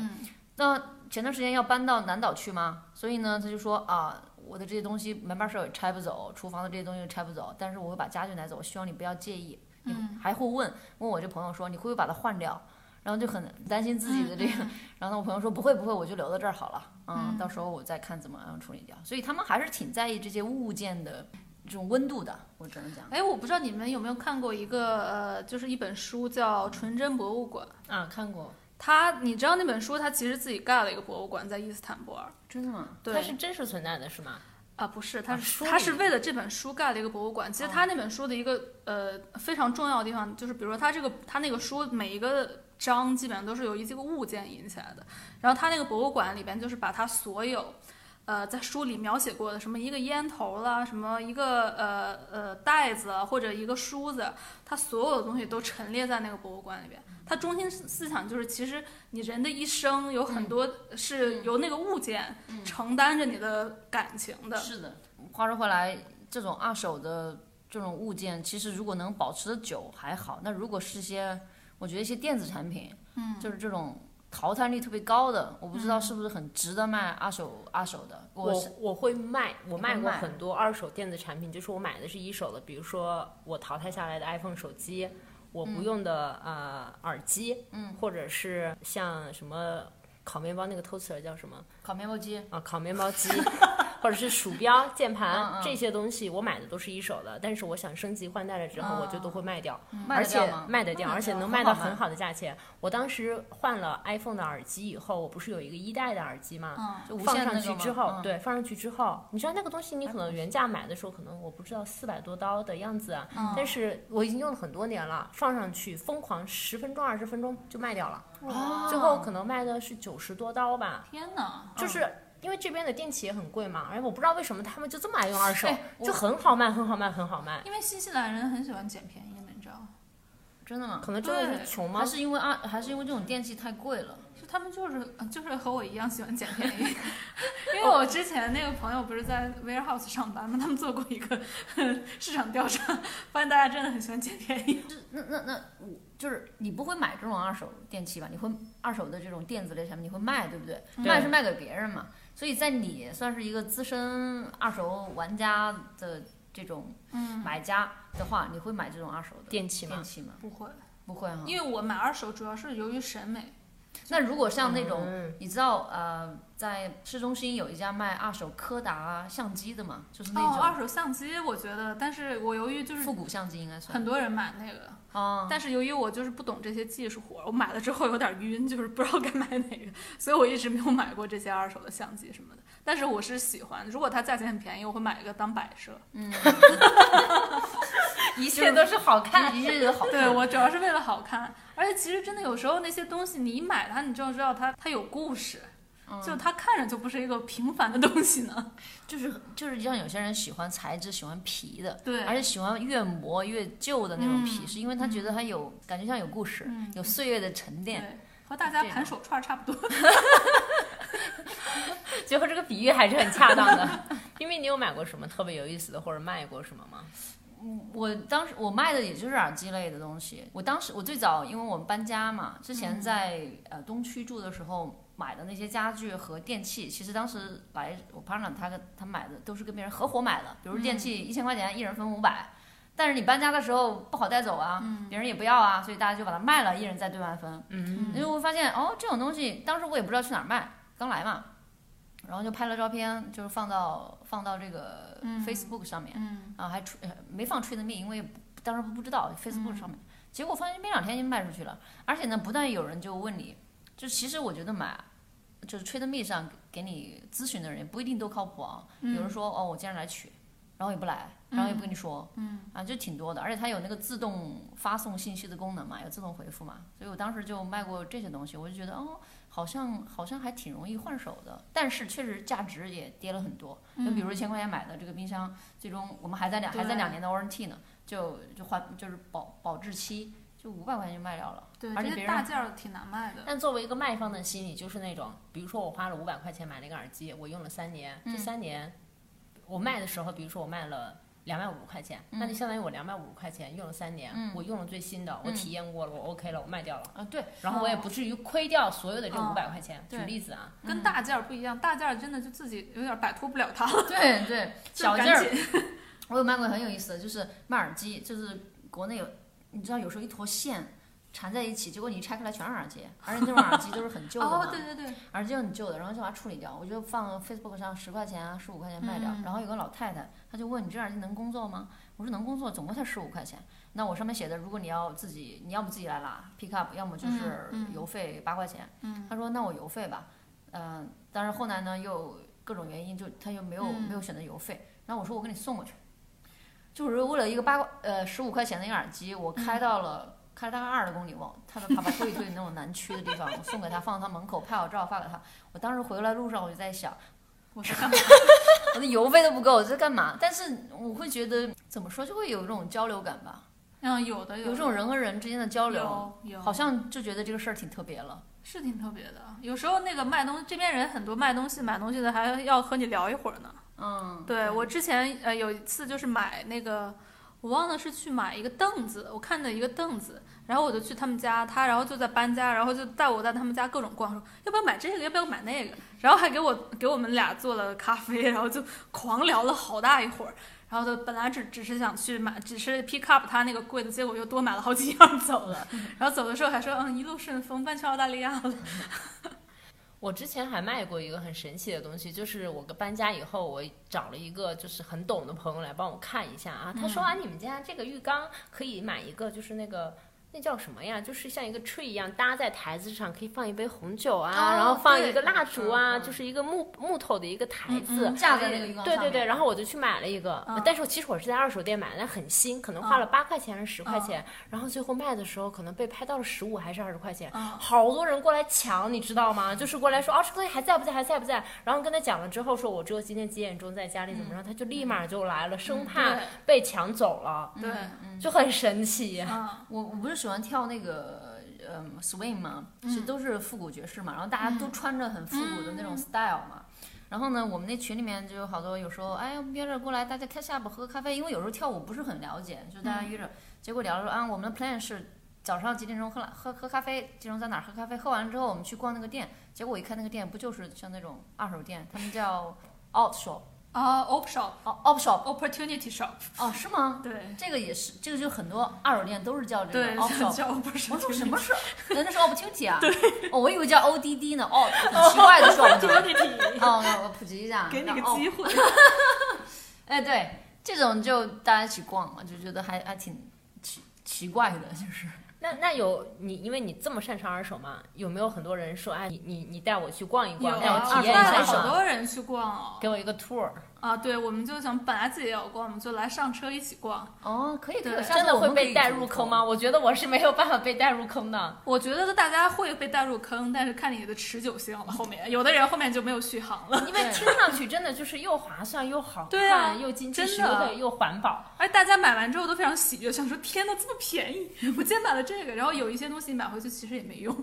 Speaker 2: 那前段时间要搬到南岛去嘛，所以呢，他就说啊，我的这些东西门把手也拆不走，厨房的这些东西也拆不走，但是我会把家具拿走，我希望你不要介意。你还会问问我这朋友说你会不会把它换掉，然后就很担心自己的这个， 然后呢我朋友说不会不会，我就留到这儿好了，嗯，到时候我再看怎么样处理掉。所以他们还是挺在意这些物件的这种温度的，我只能讲。
Speaker 3: 哎，我不知道你们有没有看过一个呃，就是一本书叫《纯真博物馆》。
Speaker 1: 啊，看过，
Speaker 3: 他，你知道那本书，他其实自己盖了一个博物馆在伊斯坦布尔。
Speaker 2: 真的吗？
Speaker 3: 对，
Speaker 1: 它是真实存在的是吗？
Speaker 3: 啊，不是，他
Speaker 2: 啊
Speaker 3: 是、
Speaker 2: 书
Speaker 3: 他
Speaker 2: 里啊
Speaker 3: 是为了这本书盖了一个博物馆。其实他那本书的一个、呃非常重要的地方，就是比如说他这个他那个书每一个章基本上都是由一这个物件引起来的。然后他那个博物馆里边就是把他所有。呃，在书里描写过的什么一个烟头啦，什么一个呃呃袋子啊或者一个梳子，它所有的东西都陈列在那个博物馆里边。它中心思思想就是，其实你人的一生有
Speaker 2: 嗯
Speaker 3: 很多是由那个物件承担着你的感情的。
Speaker 2: 是的。话说回来，这种二手的这种物件，其实如果能保持的久还好，那如果是些，我觉得一些电子产品，嗯，就是这种淘汰率特别高的，我不知道是不是很值得卖二手二手的。
Speaker 1: 嗯
Speaker 2: 我
Speaker 1: 我
Speaker 2: 是
Speaker 1: 我会卖，我卖过
Speaker 2: 卖
Speaker 1: 很多二手电子产品，就是我买的是一手的，比如说我淘汰下来的 iPhone 手机，我
Speaker 2: 嗯
Speaker 1: 不用的、呃耳机，嗯，或者是像什么烤面包那个偷词儿叫什么
Speaker 2: 烤面包机，
Speaker 1: 啊，烤面包 机，或者是鼠标、键盘
Speaker 2: 嗯嗯
Speaker 1: 这些东西，我买的都是一手的，但是我想升级换代了之后，我就都会卖掉。
Speaker 2: 嗯卖
Speaker 1: 嗯而
Speaker 2: 得
Speaker 1: 且
Speaker 2: 掉吗？
Speaker 1: 卖得掉，
Speaker 2: 卖得
Speaker 1: 而且
Speaker 2: 掉
Speaker 1: 能
Speaker 2: 很
Speaker 1: 卖
Speaker 2: 好
Speaker 1: 到很
Speaker 2: 卖
Speaker 1: 好的价钱。我当时换了 iPhone 的耳机以后，我不是有一个一代的耳机
Speaker 2: 嗯
Speaker 3: 嗯
Speaker 1: 嘛，
Speaker 2: 就无
Speaker 1: 放
Speaker 2: 线
Speaker 1: 上
Speaker 2: 那个
Speaker 1: 去
Speaker 2: 吗
Speaker 1: 之后，
Speaker 2: 嗯
Speaker 1: 对，放上去之后，你知道那个东西，你可能原价买的时候，可能我不知道四百多刀的样子啊，但是我已经用了很多年了，放上去疯狂十分钟、二十分钟就卖掉了，最后可能卖的是九十多刀吧，
Speaker 3: 天哪！嗯
Speaker 1: 就是。因为这边的电器也很贵嘛，哎而我不知道为什么他们就这么爱用二手
Speaker 2: 哎，我
Speaker 1: 就很好卖，很好卖，很好卖。
Speaker 3: 因为新西兰人很喜欢捡便宜的，你知道吗？
Speaker 2: 真的吗？
Speaker 1: 可能真的是穷吗
Speaker 2: 还？是因为啊，还是因为这种电器太贵了？
Speaker 3: 就他们就是嗯就是和我一样喜 欢捡便宜，因为我之前那个朋友不是在 warehouse 上班嘛，他们做过一个 市场调查，发现大家真的很喜欢捡便宜。
Speaker 2: 就那那那我就是你不会买这种二手电器吧？你会二手的这种电子类产品你会卖，对不对？
Speaker 3: 嗯
Speaker 2: 卖是卖给别人嘛。所以在你算是一个资深二手玩家的这种
Speaker 3: 嗯，
Speaker 2: 买家的话，你会买这种二手的
Speaker 1: 电器吗
Speaker 2: 电？器吗？
Speaker 3: 不会，哦
Speaker 2: 不会哈。
Speaker 3: 因为我买二手主要是由于审美。
Speaker 2: 那如果像那种
Speaker 1: 嗯
Speaker 2: 你知道呃，在市中心有一家卖二手柯达相机的嘛，就是
Speaker 3: 哦，
Speaker 2: 那
Speaker 3: 二手相机我觉得，但是我由于就
Speaker 2: 种
Speaker 3: 是
Speaker 2: 复古相机应该算
Speaker 3: 很多人买那个，
Speaker 2: 啊。
Speaker 3: 但是由于我就是不懂这些技术活，我买了之后有点晕，就是不知道该买哪个，所以我一直没有买过这些二手的相机什么的。但是我是喜欢，如果它价钱很便宜，我会买一个当摆设。
Speaker 1: 一切都是好看。
Speaker 2: 一日好看
Speaker 3: 对我主要是为了好看，而且其实真的有时候那些东西你一买它，你就知道它它有故事，
Speaker 2: 嗯
Speaker 3: 就它看着就不是一个平凡的东西 呢。
Speaker 2: 就是就是像有些人喜欢材质，喜欢皮的，
Speaker 3: 对
Speaker 2: 而且喜欢越磨越旧的那种皮，
Speaker 3: 嗯
Speaker 2: 是因为他觉得它有感觉像有故事，
Speaker 3: 嗯
Speaker 2: 有岁月的沉淀。
Speaker 3: 对，和大家盘手串差不多。
Speaker 1: 最后这个比喻还是很恰当的。 因为你有买过什么特别有意思的，或者卖过什么吗？
Speaker 2: 我当时我卖的也就是耳机类的东西。我当时我最早因为我们搬家嘛，之前在、呃东区住的时候买的那些家具和电器，其实当时来我 partner 他跟他买的都是跟别人合伙买的，比如电器一千块钱，一人分五百。但是你搬家的时候不好带走啊，别人也不要啊，所以大家就把它卖了，一人再对半分。
Speaker 1: 嗯，
Speaker 2: 因为我发现哦，这种东西当时我也不知道去哪儿卖，刚来嘛，然后就拍了照片，就是放到放到这个
Speaker 3: 嗯
Speaker 2: Facebook 上面，
Speaker 3: 嗯，
Speaker 2: 啊，还吹呃没放吹的命，因为不当时不知道 Facebook 上面，结果发现没两天就卖出去了，而且呢，不但有人就问你，就其实我觉得买。就是吹的蜜上给你咨询的人也不一定都靠谱啊，有人说哦我今天来取，然后也不来，然后也不跟你说，嗯啊就挺多的，而且它有那个自动发送信息的功能嘛，有自动回复嘛，所以我当时就卖过这些东西，我就觉得哦好像好像还挺容易换手的，但是确实价值也跌了很多，就比如一千块钱买的这个冰箱，最终我们还在两还在
Speaker 3: 对
Speaker 2: 两年的 warranty 呢，就就换就是保保质期，就五百块钱就卖掉了。
Speaker 3: 对，
Speaker 2: 而且
Speaker 3: 这
Speaker 2: 别人
Speaker 3: 些大件儿挺难卖的。
Speaker 1: 但作为一个卖方的心理，就是那种，比如说我花了五百块钱买了一个耳机，我用了三年，
Speaker 3: 嗯
Speaker 1: 这三年我卖的时候，比如说我卖了。两百五十块钱，那
Speaker 3: 嗯
Speaker 1: 就相当于我两百五十块钱用了三年，我用了最新的，我体验过了，我 OK 了，我卖掉了，
Speaker 2: 啊， 对，
Speaker 1: 然后我也不至于亏掉所有的这
Speaker 3: 哦
Speaker 1: 五百块钱。举
Speaker 3: 对
Speaker 1: 例子啊，
Speaker 2: 嗯
Speaker 3: 跟大件儿不一样，大件儿真的就自己有点摆脱不了它了。
Speaker 2: 对对，
Speaker 3: 就
Speaker 2: 小
Speaker 3: 赶
Speaker 2: 件儿
Speaker 3: 紧
Speaker 2: 我有卖过很有意思的，就是卖耳机，就是国内有，你知道有时候一坨线缠在一起，结果你一拆开来全是耳机，而且那种耳机都是很旧的嘛，
Speaker 3: 哦，对对对，
Speaker 2: 耳机很旧的，然后就把它处理掉，我就放 Facebook 上十块钱啊、十五块钱卖掉。然后有个老太太，她就问你这耳机能工作吗？我说能工作，总共才十五块钱。那我上面写的，如果你要自己，你要么自己来拉 pick up，要么就是邮费八块钱。她说那我邮费吧，嗯、但是后来呢又各种原因，就她又没有、没有选择邮费。然后我说我给你送过去，就是为了一个八块呃十五块钱的一个耳机，我
Speaker 1: 嗯
Speaker 2: 开到了。开了大概二十公里往他的他把推一推那种南区的地方，我送给他，放到他门口，拍好照发给他。我当时回来路上我就在想，
Speaker 3: 我在干嘛？
Speaker 2: 我的邮费都不够，我在干嘛？但是我会觉得怎么说，就会有一种交流感吧，
Speaker 3: 嗯，有的
Speaker 2: 有
Speaker 3: 的
Speaker 2: 这种人和人之间的交流，
Speaker 3: 有有
Speaker 2: 好像就觉得这个事儿挺特别了。
Speaker 3: 是挺特别的。有时候那个卖东西，这边人很多卖东西、买东西的，还要和你聊一会儿呢。
Speaker 2: 嗯，
Speaker 3: 对我之前呃有一次就是买那个，我忘了是去买一个凳子，我看的一个凳子，然后我就去他们家，他然后就在搬家，然后就带我在他们家各种逛，说要不要买这个，要不要买那个，然后还给我给我们俩做了咖啡，然后就狂聊了好大一会儿。然后就本来只只是想去买，只是 pick up 他那个柜子，结果又多买了好几样走了。然后走的时候还说，嗯，一路顺风，搬去澳大利亚了。
Speaker 1: 我之前还卖过一个很神奇的东西，就是我搬家以后，我找了一个就是很懂的朋友来帮我看一下啊。他说
Speaker 2: 嗯
Speaker 1: 啊，你们家这个浴缸可以买一个，就是那个那叫什么呀？就是像一个 tree 一样搭在台子上，可以放一杯红酒啊，
Speaker 2: 哦
Speaker 1: 然后放
Speaker 2: 对
Speaker 1: 一个蜡烛啊，
Speaker 2: 嗯嗯
Speaker 1: 就是一个木木头的一个台子。
Speaker 2: 架在那个鱼缸
Speaker 1: 对
Speaker 2: 上
Speaker 1: 对
Speaker 2: 面嗯
Speaker 1: 对，然后我就去买了一个，但是我其实我是在二手店买的，但很新，可能花了八块钱还是
Speaker 2: 嗯
Speaker 1: 十块钱，然后最后卖的时候可能被拍到了十五还是二十块钱，好多人过来抢，你知道
Speaker 2: 嗯
Speaker 1: 吗？就是过来说哦，这个东西还在不在，还在不在？然后跟他讲了之后，说我只有今天几点钟在家里
Speaker 2: 嗯
Speaker 1: 怎么着，他就立马就来了，生怕
Speaker 3: 对
Speaker 1: 被抢走了，
Speaker 2: 嗯
Speaker 3: 对，
Speaker 1: 就很神奇。
Speaker 3: 嗯，
Speaker 2: 我我不是喜欢跳那个嗯 swing 嘛，其实都是复古爵士嘛，然后大家都穿着很复古的那种 style 嘛。然后呢，我们那群里面就有好多，有时候哎约着过来，大家开下吧，喝个咖啡。因为有时候跳舞不是很了解，就大家约着，结果聊着说啊，我们的 plan 是早上几点钟喝了喝喝咖啡，几点钟在哪儿喝咖啡，喝完之后我们去逛那个店。结果我一看那个店，不就是像那种二手店，他们叫 out shop，
Speaker 3: 啊 o p shop、
Speaker 2: 哦 out shop，
Speaker 3: opportunity shop，
Speaker 2: 哦是吗？
Speaker 3: 对
Speaker 2: 这个也是，这个就很多二手店都是叫这
Speaker 3: 对，
Speaker 2: 个 out shop。
Speaker 3: 叫 op
Speaker 2: 我说
Speaker 3: shop，
Speaker 2: 什么是？那是 opportunity 啊？哦，我以为叫 ODD 呢。哦，很奇怪的说 法。哦，那我普及一下。
Speaker 3: 给你个
Speaker 2: 那哦
Speaker 3: 机会，
Speaker 2: 哎，对，这种就大家一起逛嘛，就觉得还还挺奇奇怪的，就是
Speaker 4: 那那有你，因为你这么擅长二手嘛，有没有很多人说，哎，你你你带我去逛一
Speaker 2: 啊
Speaker 4: 逛，带我体验一
Speaker 3: 带了
Speaker 4: 下
Speaker 3: 啊好
Speaker 4: 嘛，
Speaker 3: 多人去逛哦。
Speaker 4: 给我一个 tour，
Speaker 3: 啊，对，我们就想本来自己也要逛，我们就来上车一起逛。
Speaker 2: 哦，可以可
Speaker 3: 对
Speaker 2: 以，下次
Speaker 4: 真的
Speaker 2: 我
Speaker 4: 会
Speaker 2: 们可
Speaker 4: 被
Speaker 2: 以
Speaker 4: 带
Speaker 2: 组
Speaker 4: 入
Speaker 2: 团
Speaker 4: 坑？吗？我觉得我是没有办法被带入坑 的。
Speaker 3: 我觉得大家会被带入坑，但是看你的持久性了。后面有的人后面就没有续航了。
Speaker 4: 因为听上去真的就是又划算又好看，
Speaker 3: 对啊
Speaker 4: 又经济
Speaker 3: 真
Speaker 4: 实
Speaker 3: 的
Speaker 4: 惠又环保。
Speaker 3: 而大家买完之后都非常喜悦，想说天呐，这么便宜！我今天买了这个，然后有一些东西买回去其实也没用。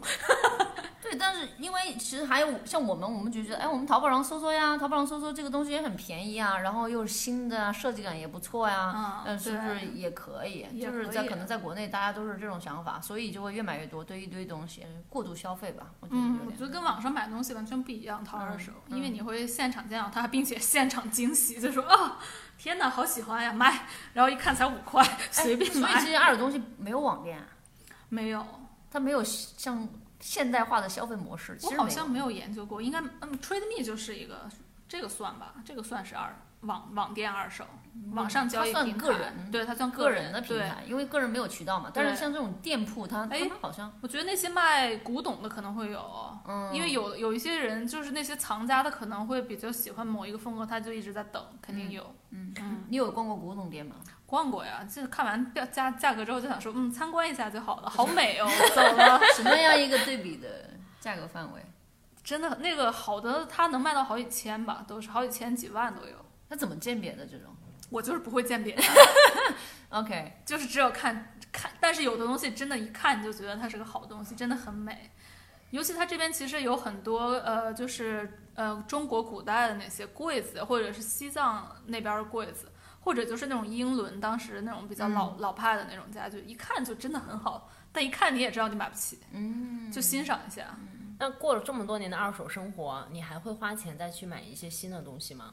Speaker 2: 对，但是因为其实还有像我们，我们就觉得，哎，我们淘宝上搜搜呀，淘宝上搜搜这个东西也很便宜啊，然后又是新的啊，设计感也不错呀
Speaker 3: 嗯，
Speaker 2: 嗯，是不
Speaker 3: 对
Speaker 2: 是也可以？
Speaker 3: 也
Speaker 2: 就是
Speaker 3: 可
Speaker 2: 在
Speaker 3: 以
Speaker 2: 可能在国内大家都是这种想法，所以就会越买越多，对一堆东西过度消费吧，我觉得
Speaker 3: 嗯，
Speaker 2: 有
Speaker 3: 我觉
Speaker 2: 点。
Speaker 3: 得跟网上买东西完全不一样，淘二手，
Speaker 2: 嗯
Speaker 3: 因为你会现场见到它，并且现场惊喜，就说啊，天呐，好喜欢呀，买！然后一看才五块，随 便
Speaker 2: 哎所以
Speaker 3: 买。
Speaker 2: 其实二手东西没有网店，
Speaker 3: 没有，
Speaker 2: 它没有像现代化的消费模式，其
Speaker 3: 我
Speaker 2: 实
Speaker 3: 好
Speaker 2: 没有
Speaker 3: 像没有研究过，应该嗯，Trade Me 就是一个，这个算吧，这个算是二网网店二手，网上交易
Speaker 2: 嗯它算
Speaker 3: 平台，
Speaker 2: 个人
Speaker 3: 对，它算
Speaker 2: 个
Speaker 3: 人
Speaker 2: 人的平
Speaker 3: 对
Speaker 2: 台，因为个人没有渠道嘛。但
Speaker 3: 对
Speaker 2: 是像这种店铺，它他
Speaker 3: 哎
Speaker 2: 们好像
Speaker 3: 我觉得那些卖古董的可能会有，
Speaker 2: 嗯
Speaker 3: 因为有有一些人就是那些藏家，他可能会比较喜欢某一个风格，他就一直在等，肯定有。
Speaker 2: 嗯
Speaker 3: 嗯
Speaker 2: 你有逛过古董店 吗？
Speaker 3: 逛过呀，这看完价价价格之后就想说，嗯，参观一下就好了，好美哦，走 了。
Speaker 2: 什么样一个对比的价格范围？
Speaker 3: 真的，那个好的，它能卖到好几千吧，都是好几千、几万都有。
Speaker 2: 那怎么鉴别的这种
Speaker 3: 我就是不会鉴别，
Speaker 2: ？OK，
Speaker 3: 就是只有看看，但是有的东西真的，一看你就觉得它是个好东西，真的很美。尤其它这边其实有很多呃，就是呃中国古代的那些柜子，或者是西藏那边的柜子，或者就是那种英伦当时那种比较
Speaker 4: 嗯
Speaker 3: 老、老派的那种家具，一看就真的很好，但一看你也知道你买不起，
Speaker 2: 嗯，
Speaker 3: 就欣赏一下。
Speaker 4: 那过了这么多年的二手生活，你还会花钱再去买一些新的东西吗？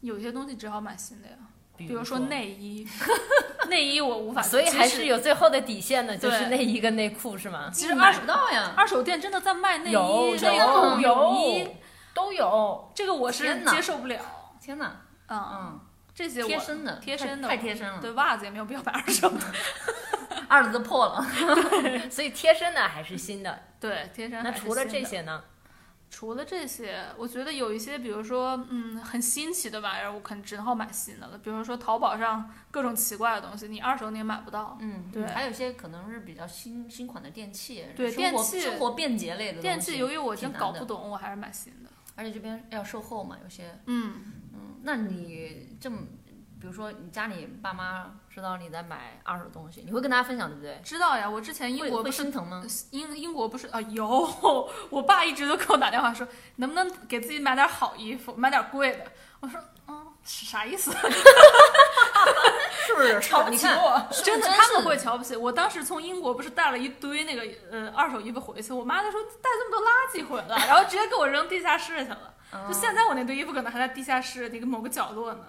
Speaker 3: 有些东西只好买新的呀，
Speaker 4: 比啊
Speaker 3: 比如说，内衣， 内衣我无法，
Speaker 4: 所以还
Speaker 3: 即
Speaker 4: 是
Speaker 3: 使
Speaker 4: 有最后的底线的，就是
Speaker 3: 对
Speaker 4: 内衣跟内裤是吗？
Speaker 3: 其
Speaker 2: 其实
Speaker 3: 实二
Speaker 2: 买
Speaker 3: 手
Speaker 2: 不到呀。
Speaker 3: 二手店真的在卖内衣、
Speaker 4: 有
Speaker 3: 内
Speaker 4: 有
Speaker 3: 裤、泳衣
Speaker 4: 有，都有，
Speaker 3: 这个我是
Speaker 2: 天哪
Speaker 3: 接受不了。
Speaker 2: 天哪，
Speaker 3: 嗯，
Speaker 2: 嗯，
Speaker 3: 这些我
Speaker 2: 贴身的，
Speaker 3: 贴身的
Speaker 2: 太太贴身了，
Speaker 3: 对袜子也没有必要买二手的。
Speaker 2: 二字破了。
Speaker 4: 所以贴身的还是新的。
Speaker 3: 对，贴身。
Speaker 4: 那除了这，些呢？
Speaker 3: 除了这些，我觉得有一些，比如说，嗯，很新奇的玩意儿，我肯定只好买新的了。比如说淘宝上各种奇怪的东西，你二手你也买不到。
Speaker 2: 嗯，
Speaker 3: 对
Speaker 2: 还有一些可能是比较新新款的电器，
Speaker 3: 对
Speaker 2: 生活
Speaker 3: 电器
Speaker 2: 生活便捷类的东西
Speaker 3: 电器由于我
Speaker 2: 挺
Speaker 3: 真
Speaker 2: 难
Speaker 3: 搞
Speaker 2: 的
Speaker 3: 不懂，我还是买新的。
Speaker 2: 而且这边要售后嘛，有些，
Speaker 3: 嗯，
Speaker 2: 嗯，那你这么，比如说你家里爸妈知道你在买二手东西，你会跟大家分享对不对？
Speaker 3: 知道呀，我之前英
Speaker 2: 会
Speaker 3: 国
Speaker 2: 会
Speaker 3: 不是
Speaker 2: 心疼吗？
Speaker 3: 英英国不是啊有，我爸一直都给我打电话说，能不能给自己买点好衣服，买点贵的。我说，嗯，是啥意思？
Speaker 2: 是不 是？
Speaker 4: 瞧不
Speaker 2: 你
Speaker 4: 起
Speaker 2: 看
Speaker 4: 我，
Speaker 2: 是不是
Speaker 3: 真的，
Speaker 2: 是
Speaker 3: 他们会瞧不起我。当时从英国不是带了一堆那个呃二手衣服回去，我妈就说带这么多垃圾回 来，然后直接给我扔地下室去了。
Speaker 2: 嗯
Speaker 3: 就现在我那堆衣服可能还在地下室那个某个角落呢，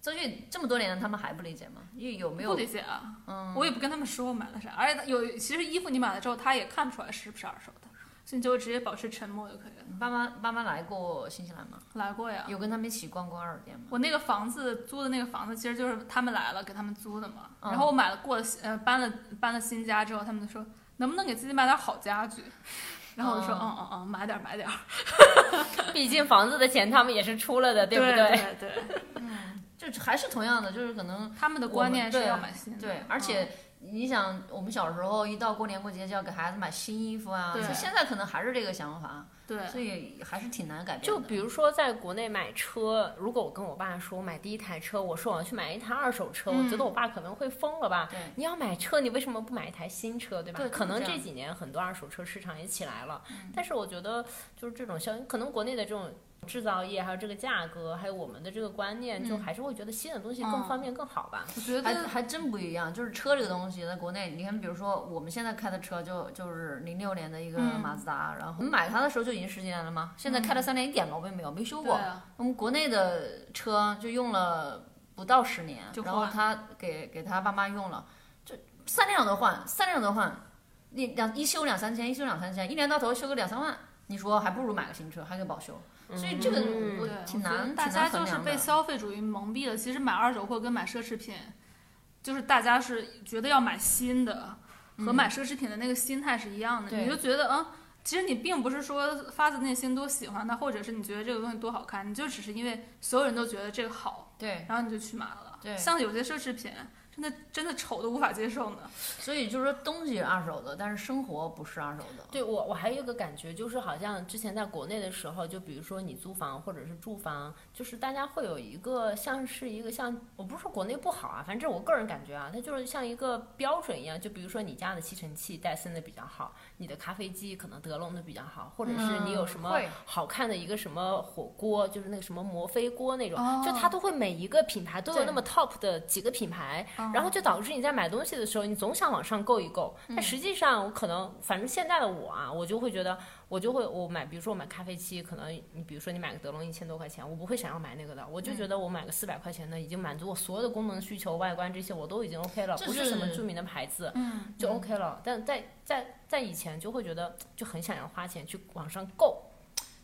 Speaker 2: 所以这么多年了他们还不理解吗？因为有没
Speaker 3: 不
Speaker 2: 有
Speaker 3: 理解啊。
Speaker 2: 嗯
Speaker 3: 我也不跟他们说我买了啥，而且有其实衣服你买了之后，他也看不出来是不是二手的，所以你就直接保持沉默就可以了。
Speaker 2: 你爸妈爸妈来过新西兰吗？
Speaker 3: 来过呀，
Speaker 2: 有跟他们一起逛过二手店吗？
Speaker 3: 我那个房子租的那个房子，其实就是他们来了给他们租的嘛。
Speaker 2: 嗯
Speaker 3: 然后我买了过了新呃搬了搬了新家之后，他们就说能不能给自己买点好家具， 然后我就说
Speaker 2: 嗯
Speaker 3: 嗯嗯嗯，买点儿买点儿，
Speaker 4: 毕竟房子的钱他们也是出了的，不
Speaker 3: 对
Speaker 4: 对？
Speaker 3: 对对
Speaker 2: 就还是同样的，就是可能
Speaker 3: 他们的观念
Speaker 2: 我
Speaker 3: 是
Speaker 2: 们对
Speaker 3: 要买新的，嗯
Speaker 2: 对，而且你想，我们小时候一到过年过节就要给孩子买新衣服啊，
Speaker 3: 对
Speaker 2: 就现在可能还是这个想法，
Speaker 3: 对，
Speaker 2: 所以还是挺难改变
Speaker 1: 就
Speaker 2: 的。
Speaker 1: 比如说，在国内买车，如果我跟我爸说我买第一台车，我说我要去买一台二手车，我觉得我爸可能会疯了吧？
Speaker 2: 嗯对
Speaker 1: 你要买车，你为什么不买一台新车，对吧？
Speaker 2: 对
Speaker 1: 可能
Speaker 2: 就是这
Speaker 1: 这
Speaker 2: 样嗯
Speaker 1: 几年很多二手车市场也起来了，但是我觉得就是这种效应，可能国内的这种。制造业还有这个价格，还有我们的这个观念，就还是会觉得新的东西更
Speaker 2: 嗯
Speaker 1: 方便、更好吧。
Speaker 2: 我觉得还还真不一样，就是车这个东西，在国内，你看，比如说我们现在开的车就就是零六年的一个
Speaker 3: 嗯
Speaker 2: 马自达，然后我们买它的时候就已经十几年了嘛，现在开了三年一点毛病没有，没修
Speaker 3: 对
Speaker 2: 过。
Speaker 3: 啊，
Speaker 2: 我们国内的车就用了不到十年，
Speaker 3: 就
Speaker 2: 然后
Speaker 3: 换
Speaker 2: 他给给他爸妈用了，就三辆都换，三辆都换，一两一修两三千，一修两三千，一年到头修个两三万，你说还不如买个新车，还给保修，所以这个
Speaker 1: 嗯
Speaker 2: 我
Speaker 3: 对，我
Speaker 2: 挺
Speaker 3: 觉得
Speaker 2: 难，
Speaker 3: 大
Speaker 2: 挺难
Speaker 3: 家
Speaker 2: 衡
Speaker 3: 就是
Speaker 2: 量的
Speaker 3: 被消费主义蒙蔽了。其实买二手货跟买奢侈品，就是大家是觉得要买新的，和买奢侈品的那个心态是一样的。
Speaker 2: 嗯对
Speaker 3: 你就觉得，嗯，其实你并不是说发自内心多喜欢它，或者是你觉得这个东西多好看，你就只是因为所有人都觉得这个好，
Speaker 2: 对，
Speaker 3: 然后你就去买了。
Speaker 2: 对
Speaker 3: 像有些奢侈品。真的真的丑的无法接受呢，
Speaker 2: 所以就是说东西是二手的，但是生活不是二手的。
Speaker 1: 对我，我还有一个感觉，就是好像之前在国内的时候，就比如说你租房或者是住房，就是大家会有一个像是一个像，我不是说国内不好啊，反正我个人感觉啊，它就是像一个标准一样。就比如说你家的吸尘器戴森的比较好，你的咖啡机可能德龙的比较好，或者是你有什么
Speaker 2: 嗯会
Speaker 1: 好看的一个什么火锅，就是那个什么摩飞锅那种，
Speaker 3: 哦
Speaker 1: 就它都会每一个品牌都有
Speaker 2: 对
Speaker 1: 那么 top 的几个品牌，然后就导致你在买东西的时候，你总想往上够一够，但实际上我可能，反正现在的我啊，我就会觉得，我就会我买，比如说我买咖啡机，可能你比如说你买个德龙一千多块钱，我不会想要买那个的，我就觉得我买个四百块钱的已经满足我所有的功能需求、外观这些我都已经 OK 了，
Speaker 2: 这
Speaker 1: 不是什么
Speaker 2: 是
Speaker 1: 著名的牌子，
Speaker 3: 嗯，
Speaker 1: 就 OK 了。但在在在以前就会觉得就很想要花钱去往上够，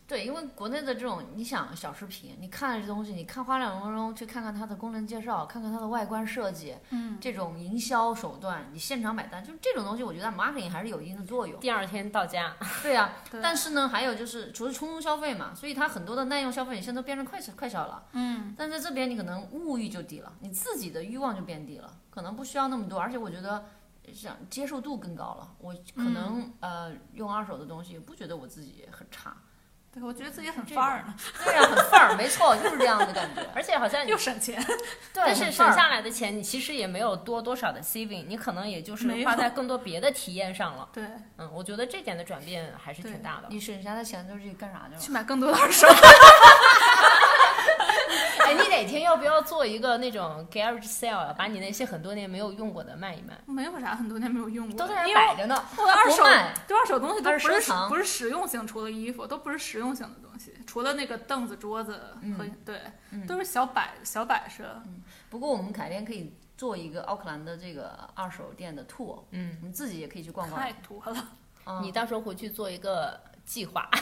Speaker 2: 对，因为国内的这种，你想小视频，你看这东西，你看花两分钟，去看看它的功能介绍，看看它的外观设计，
Speaker 3: 嗯，
Speaker 2: 这种营销手段，你现场买单，就这种东西，我觉得 marketing 还是有一定的作用。
Speaker 1: 第二天到家，
Speaker 2: 对啊呀、
Speaker 3: 对嗯
Speaker 2: 但是呢，还有就是，除了冲动消费嘛，所以它很多的耐用消费，你现在都变成快消快消了。
Speaker 3: 嗯，
Speaker 2: 但在这边，你可能物欲就低了，你自己的欲望就变低了，可能不需要那么多，而且我觉得。像接受度更高了，我可能、呃用二手的东西，不觉得我自己很差，
Speaker 3: 对，我觉得自己很
Speaker 2: 这
Speaker 3: 范儿呢，
Speaker 2: 对呀、很范儿，没错，就是这样的感 觉。
Speaker 1: 而且好像你
Speaker 3: 又省钱，
Speaker 2: 对
Speaker 1: 但是
Speaker 2: 很
Speaker 1: 省
Speaker 2: 范儿
Speaker 1: 下来的钱，你其实也没有多多少的 saving，你可能也就是
Speaker 3: 没有
Speaker 1: 花在更多别的体验上了。
Speaker 3: 对，
Speaker 1: 嗯，我觉得这点的转变还是挺大的。
Speaker 2: 你省下的钱都是去干啥去
Speaker 3: 去
Speaker 2: 了？
Speaker 3: 买更多的二手。
Speaker 1: 哎，你哪天要不要做一个那种 garage sale，啊把你那些很多年没有用过的卖一卖？
Speaker 3: 没有啥，很多年没有用过，
Speaker 1: 都在那
Speaker 3: 因为
Speaker 1: 摆着呢。啊
Speaker 3: 我的二
Speaker 2: 不
Speaker 3: 手
Speaker 2: 卖
Speaker 3: 对二手东西都
Speaker 2: 二
Speaker 3: 不
Speaker 2: 手
Speaker 3: 是
Speaker 2: 收藏
Speaker 3: 不是实用性，除了衣服都不是实用性的东西，除了那个凳子、桌子
Speaker 2: 嗯
Speaker 3: 和、对，都是小摆小摆设。
Speaker 2: 不过我们改天可以做一个奥克兰的这个二手店的 tour，
Speaker 1: 嗯，
Speaker 2: 我们自己也可以去逛逛
Speaker 3: 太。多了，
Speaker 2: 嗯
Speaker 1: 你到时候回去做一个计划。
Speaker 2: 啊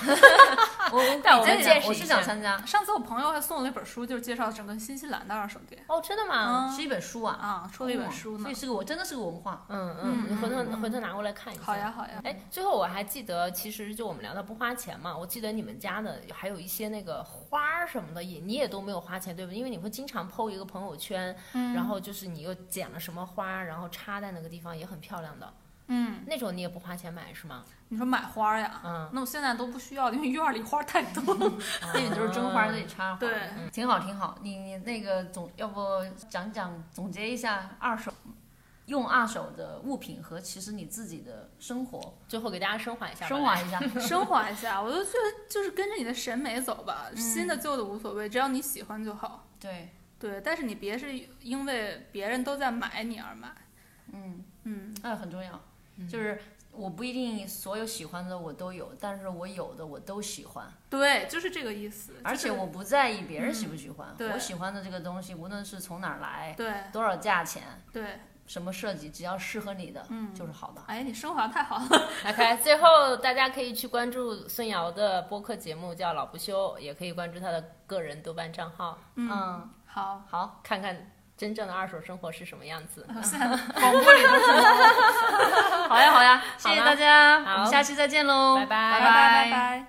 Speaker 2: 我我
Speaker 1: 带我
Speaker 2: 真
Speaker 1: 们
Speaker 2: 想
Speaker 1: 见识
Speaker 2: 我
Speaker 1: 一
Speaker 2: 是
Speaker 1: 下
Speaker 2: 想参加，
Speaker 3: 上次我朋友还送我了一本书，就是介绍整个新西兰的二手店
Speaker 1: 哦，真的吗？
Speaker 3: 嗯
Speaker 2: 是一本书啊，
Speaker 3: 啊，出了一本
Speaker 2: 哦
Speaker 3: 书呢
Speaker 2: 所以。是个我真的是个文化。
Speaker 1: 嗯嗯，你回头回头拿过来看一下。
Speaker 3: 好呀好呀，
Speaker 1: 哎，最后我还记得，其实就我们聊到不花钱嘛，我记得你们家的还有一些那个花儿什么的，也你也都没有花钱，对不对？因为你会经常 PO 一个朋友圈，
Speaker 2: 嗯
Speaker 1: 然后就是你又捡了什么花，然后插在那个地方也很漂亮的，
Speaker 3: 嗯，
Speaker 1: 那种你也不花钱买是吗？
Speaker 3: 你说买花呀？
Speaker 1: 嗯，
Speaker 3: 那我现在都不需要，因为院里花太多了。
Speaker 2: 嗯
Speaker 1: 啊
Speaker 2: 那你就是真
Speaker 1: 嗯
Speaker 2: 花儿，自己插花。
Speaker 3: 对，
Speaker 2: 挺好挺好。你你那个总要不讲讲总结一下二手，用二手的物品和其实你自己的生活
Speaker 1: 最后给大家升华一下吧，
Speaker 2: 升华 一下。
Speaker 3: 升华一下，我就觉得就是跟着你的审美走吧，新
Speaker 2: 嗯
Speaker 3: 的旧的无所谓，只要你喜欢就好。
Speaker 2: 对，
Speaker 3: 对，但是你别是因为别人都在买你而买。
Speaker 2: 嗯。
Speaker 3: 嗯，
Speaker 2: 哎，很重要，就是我不一定所有喜欢的我都有，但是我有的我都喜欢，
Speaker 3: 对，就是这个意思。
Speaker 2: 而
Speaker 3: 就
Speaker 2: 且
Speaker 3: 是嗯
Speaker 2: 我不在意别人喜不喜欢，
Speaker 3: 对
Speaker 2: 我喜欢的这个东西，无论是从哪儿来，
Speaker 3: 对
Speaker 2: 多少价钱，
Speaker 3: 对，
Speaker 2: 什么设计，只要适合你的，
Speaker 3: 嗯
Speaker 2: 就是好的。
Speaker 3: 哎，你升华太好了。
Speaker 1: OK，最后大家可以去关注孙瑶的播客节目叫《老不休》，也可以关注她的个人豆瓣账号，
Speaker 2: 嗯，
Speaker 3: 好，
Speaker 2: 好，
Speaker 1: 看看真正的二手生活是什么样子。
Speaker 3: 我现在广播里都是
Speaker 2: 嗯好呀，好呀，谢
Speaker 1: 好
Speaker 2: 谢
Speaker 1: 啦
Speaker 2: 大家，我
Speaker 1: 好
Speaker 2: 们下期再见喽，
Speaker 1: 拜拜
Speaker 2: 拜
Speaker 3: 拜拜拜。